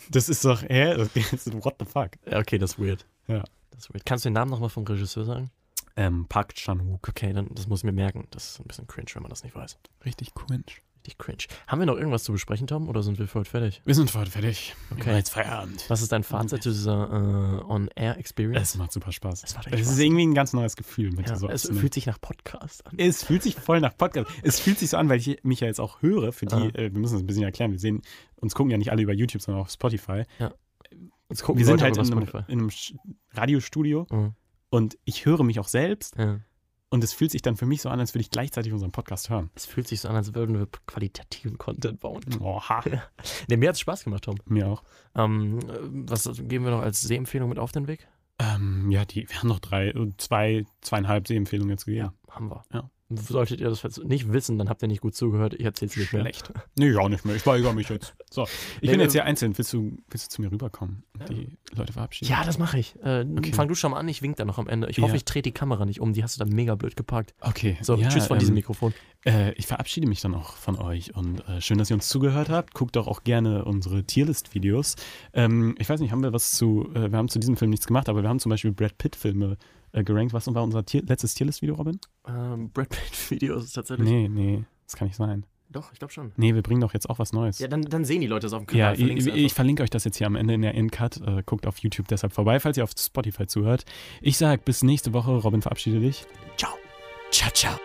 S2: das ist doch, hä? Das ist, what the fuck?
S1: Ja, Okay, das ist weird.
S2: Ja.
S1: Das ist weird. Kannst du den Namen nochmal vom Regisseur sagen?
S2: Ähm, Park Chan-wook.
S1: Okay, dann das muss ich mir merken. Das ist ein bisschen cringe, wenn man das nicht weiß.
S2: Richtig cringe.
S1: Richtig cringe. Haben wir noch irgendwas zu besprechen, Tom? Oder sind wir für heute fertig?
S2: Wir sind für heute fertig.
S1: Okay.
S2: Wir haben jetzt Feierabend.
S1: Was ist dein Fazit zu dieser äh, On-Air-Experience?
S2: Es macht super Spaß.
S1: Es macht echt
S2: Es
S1: Spaß.
S2: ist irgendwie ein ganz neues Gefühl. Mit
S1: Ja,
S2: so
S1: es
S2: aufzunehmen.
S1: fühlt sich nach Podcast an.
S2: es fühlt sich voll nach Podcast. Es fühlt sich so an, weil ich mich ja jetzt auch höre, für die,
S1: Ah.
S2: äh, wir müssen das ein bisschen erklären, wir sehen, uns gucken ja nicht alle über YouTube, sondern auf Spotify.
S1: Jetzt gucken
S2: wir sind
S1: Leute
S2: halt
S1: über
S2: in einem,
S1: Spotify.
S2: in einem Sch- Radiostudio
S1: Mhm.
S2: und ich höre mich auch selbst
S1: Ja.
S2: und es fühlt sich dann für mich so an, als würde ich gleichzeitig unseren Podcast hören.
S1: Es fühlt sich so an, als würden wir qualitativen Content bauen.
S2: Oha,
S1: Nee, mir hat es Spaß gemacht, Tom.
S2: mir auch.
S1: Ähm, äh, was geben wir noch als Sehempfehlung mit auf den Weg?
S2: Ähm, ja, die, wir haben noch drei, äh, zwei, zweieinhalb Sehempfehlungen jetzt gegeben.
S1: Haben wir.
S2: Ja.
S1: Solltet ihr das falls nicht wissen, dann habt ihr nicht gut zugehört. Ich erzähl's nicht mehr.
S2: Schlecht. also Nee, ich auch nicht mehr. Ich weigere mich jetzt. So, ich
S1: Nee,
S2: bin
S1: wir-
S2: jetzt hier einzeln. Willst du, willst du zu mir rüberkommen? und Die Leute verabschieden.
S1: Ja, das mache ich. Äh, Fang du schon mal an, ich wink da noch am Ende. Ich hoffe,
S2: Ja.
S1: ich trete die Kamera nicht um. Die hast du da mega blöd geparkt.
S2: Okay.
S1: So,
S2: ja,
S1: tschüss von
S2: ähm,
S1: diesem Mikrofon.
S2: Äh, ich verabschiede mich dann auch von euch und äh, schön, dass ihr uns zugehört habt. Guckt doch auch gerne unsere Tierlist-Videos. Ähm, ich weiß nicht, haben wir was zu, äh, wir haben zu diesem Film nichts gemacht, aber wir haben zum Beispiel Brad Pitt-Filme äh, gerankt. Was war unser Tier letztes Tierlist-Video, Robin?
S1: Ähm, Brad Pitt Videos ist tatsächlich.
S2: Nee, nee, das kann nicht sein.
S1: Doch, ich glaube schon.
S2: Nee, wir bringen doch jetzt auch was Neues.
S1: Ja, dann, dann sehen die Leute es auf dem
S2: Ja,
S1: Kanal.
S2: ich,
S1: verlink's
S2: ich,
S1: einfach.
S2: ich verlinke euch das jetzt hier am Ende in der Endcut. Äh, guckt auf YouTube deshalb vorbei, falls ihr auf Spotify zuhört. Ich sag bis nächste Woche. Robin, verabschiede dich.
S1: Ciao. Ciao, ciao.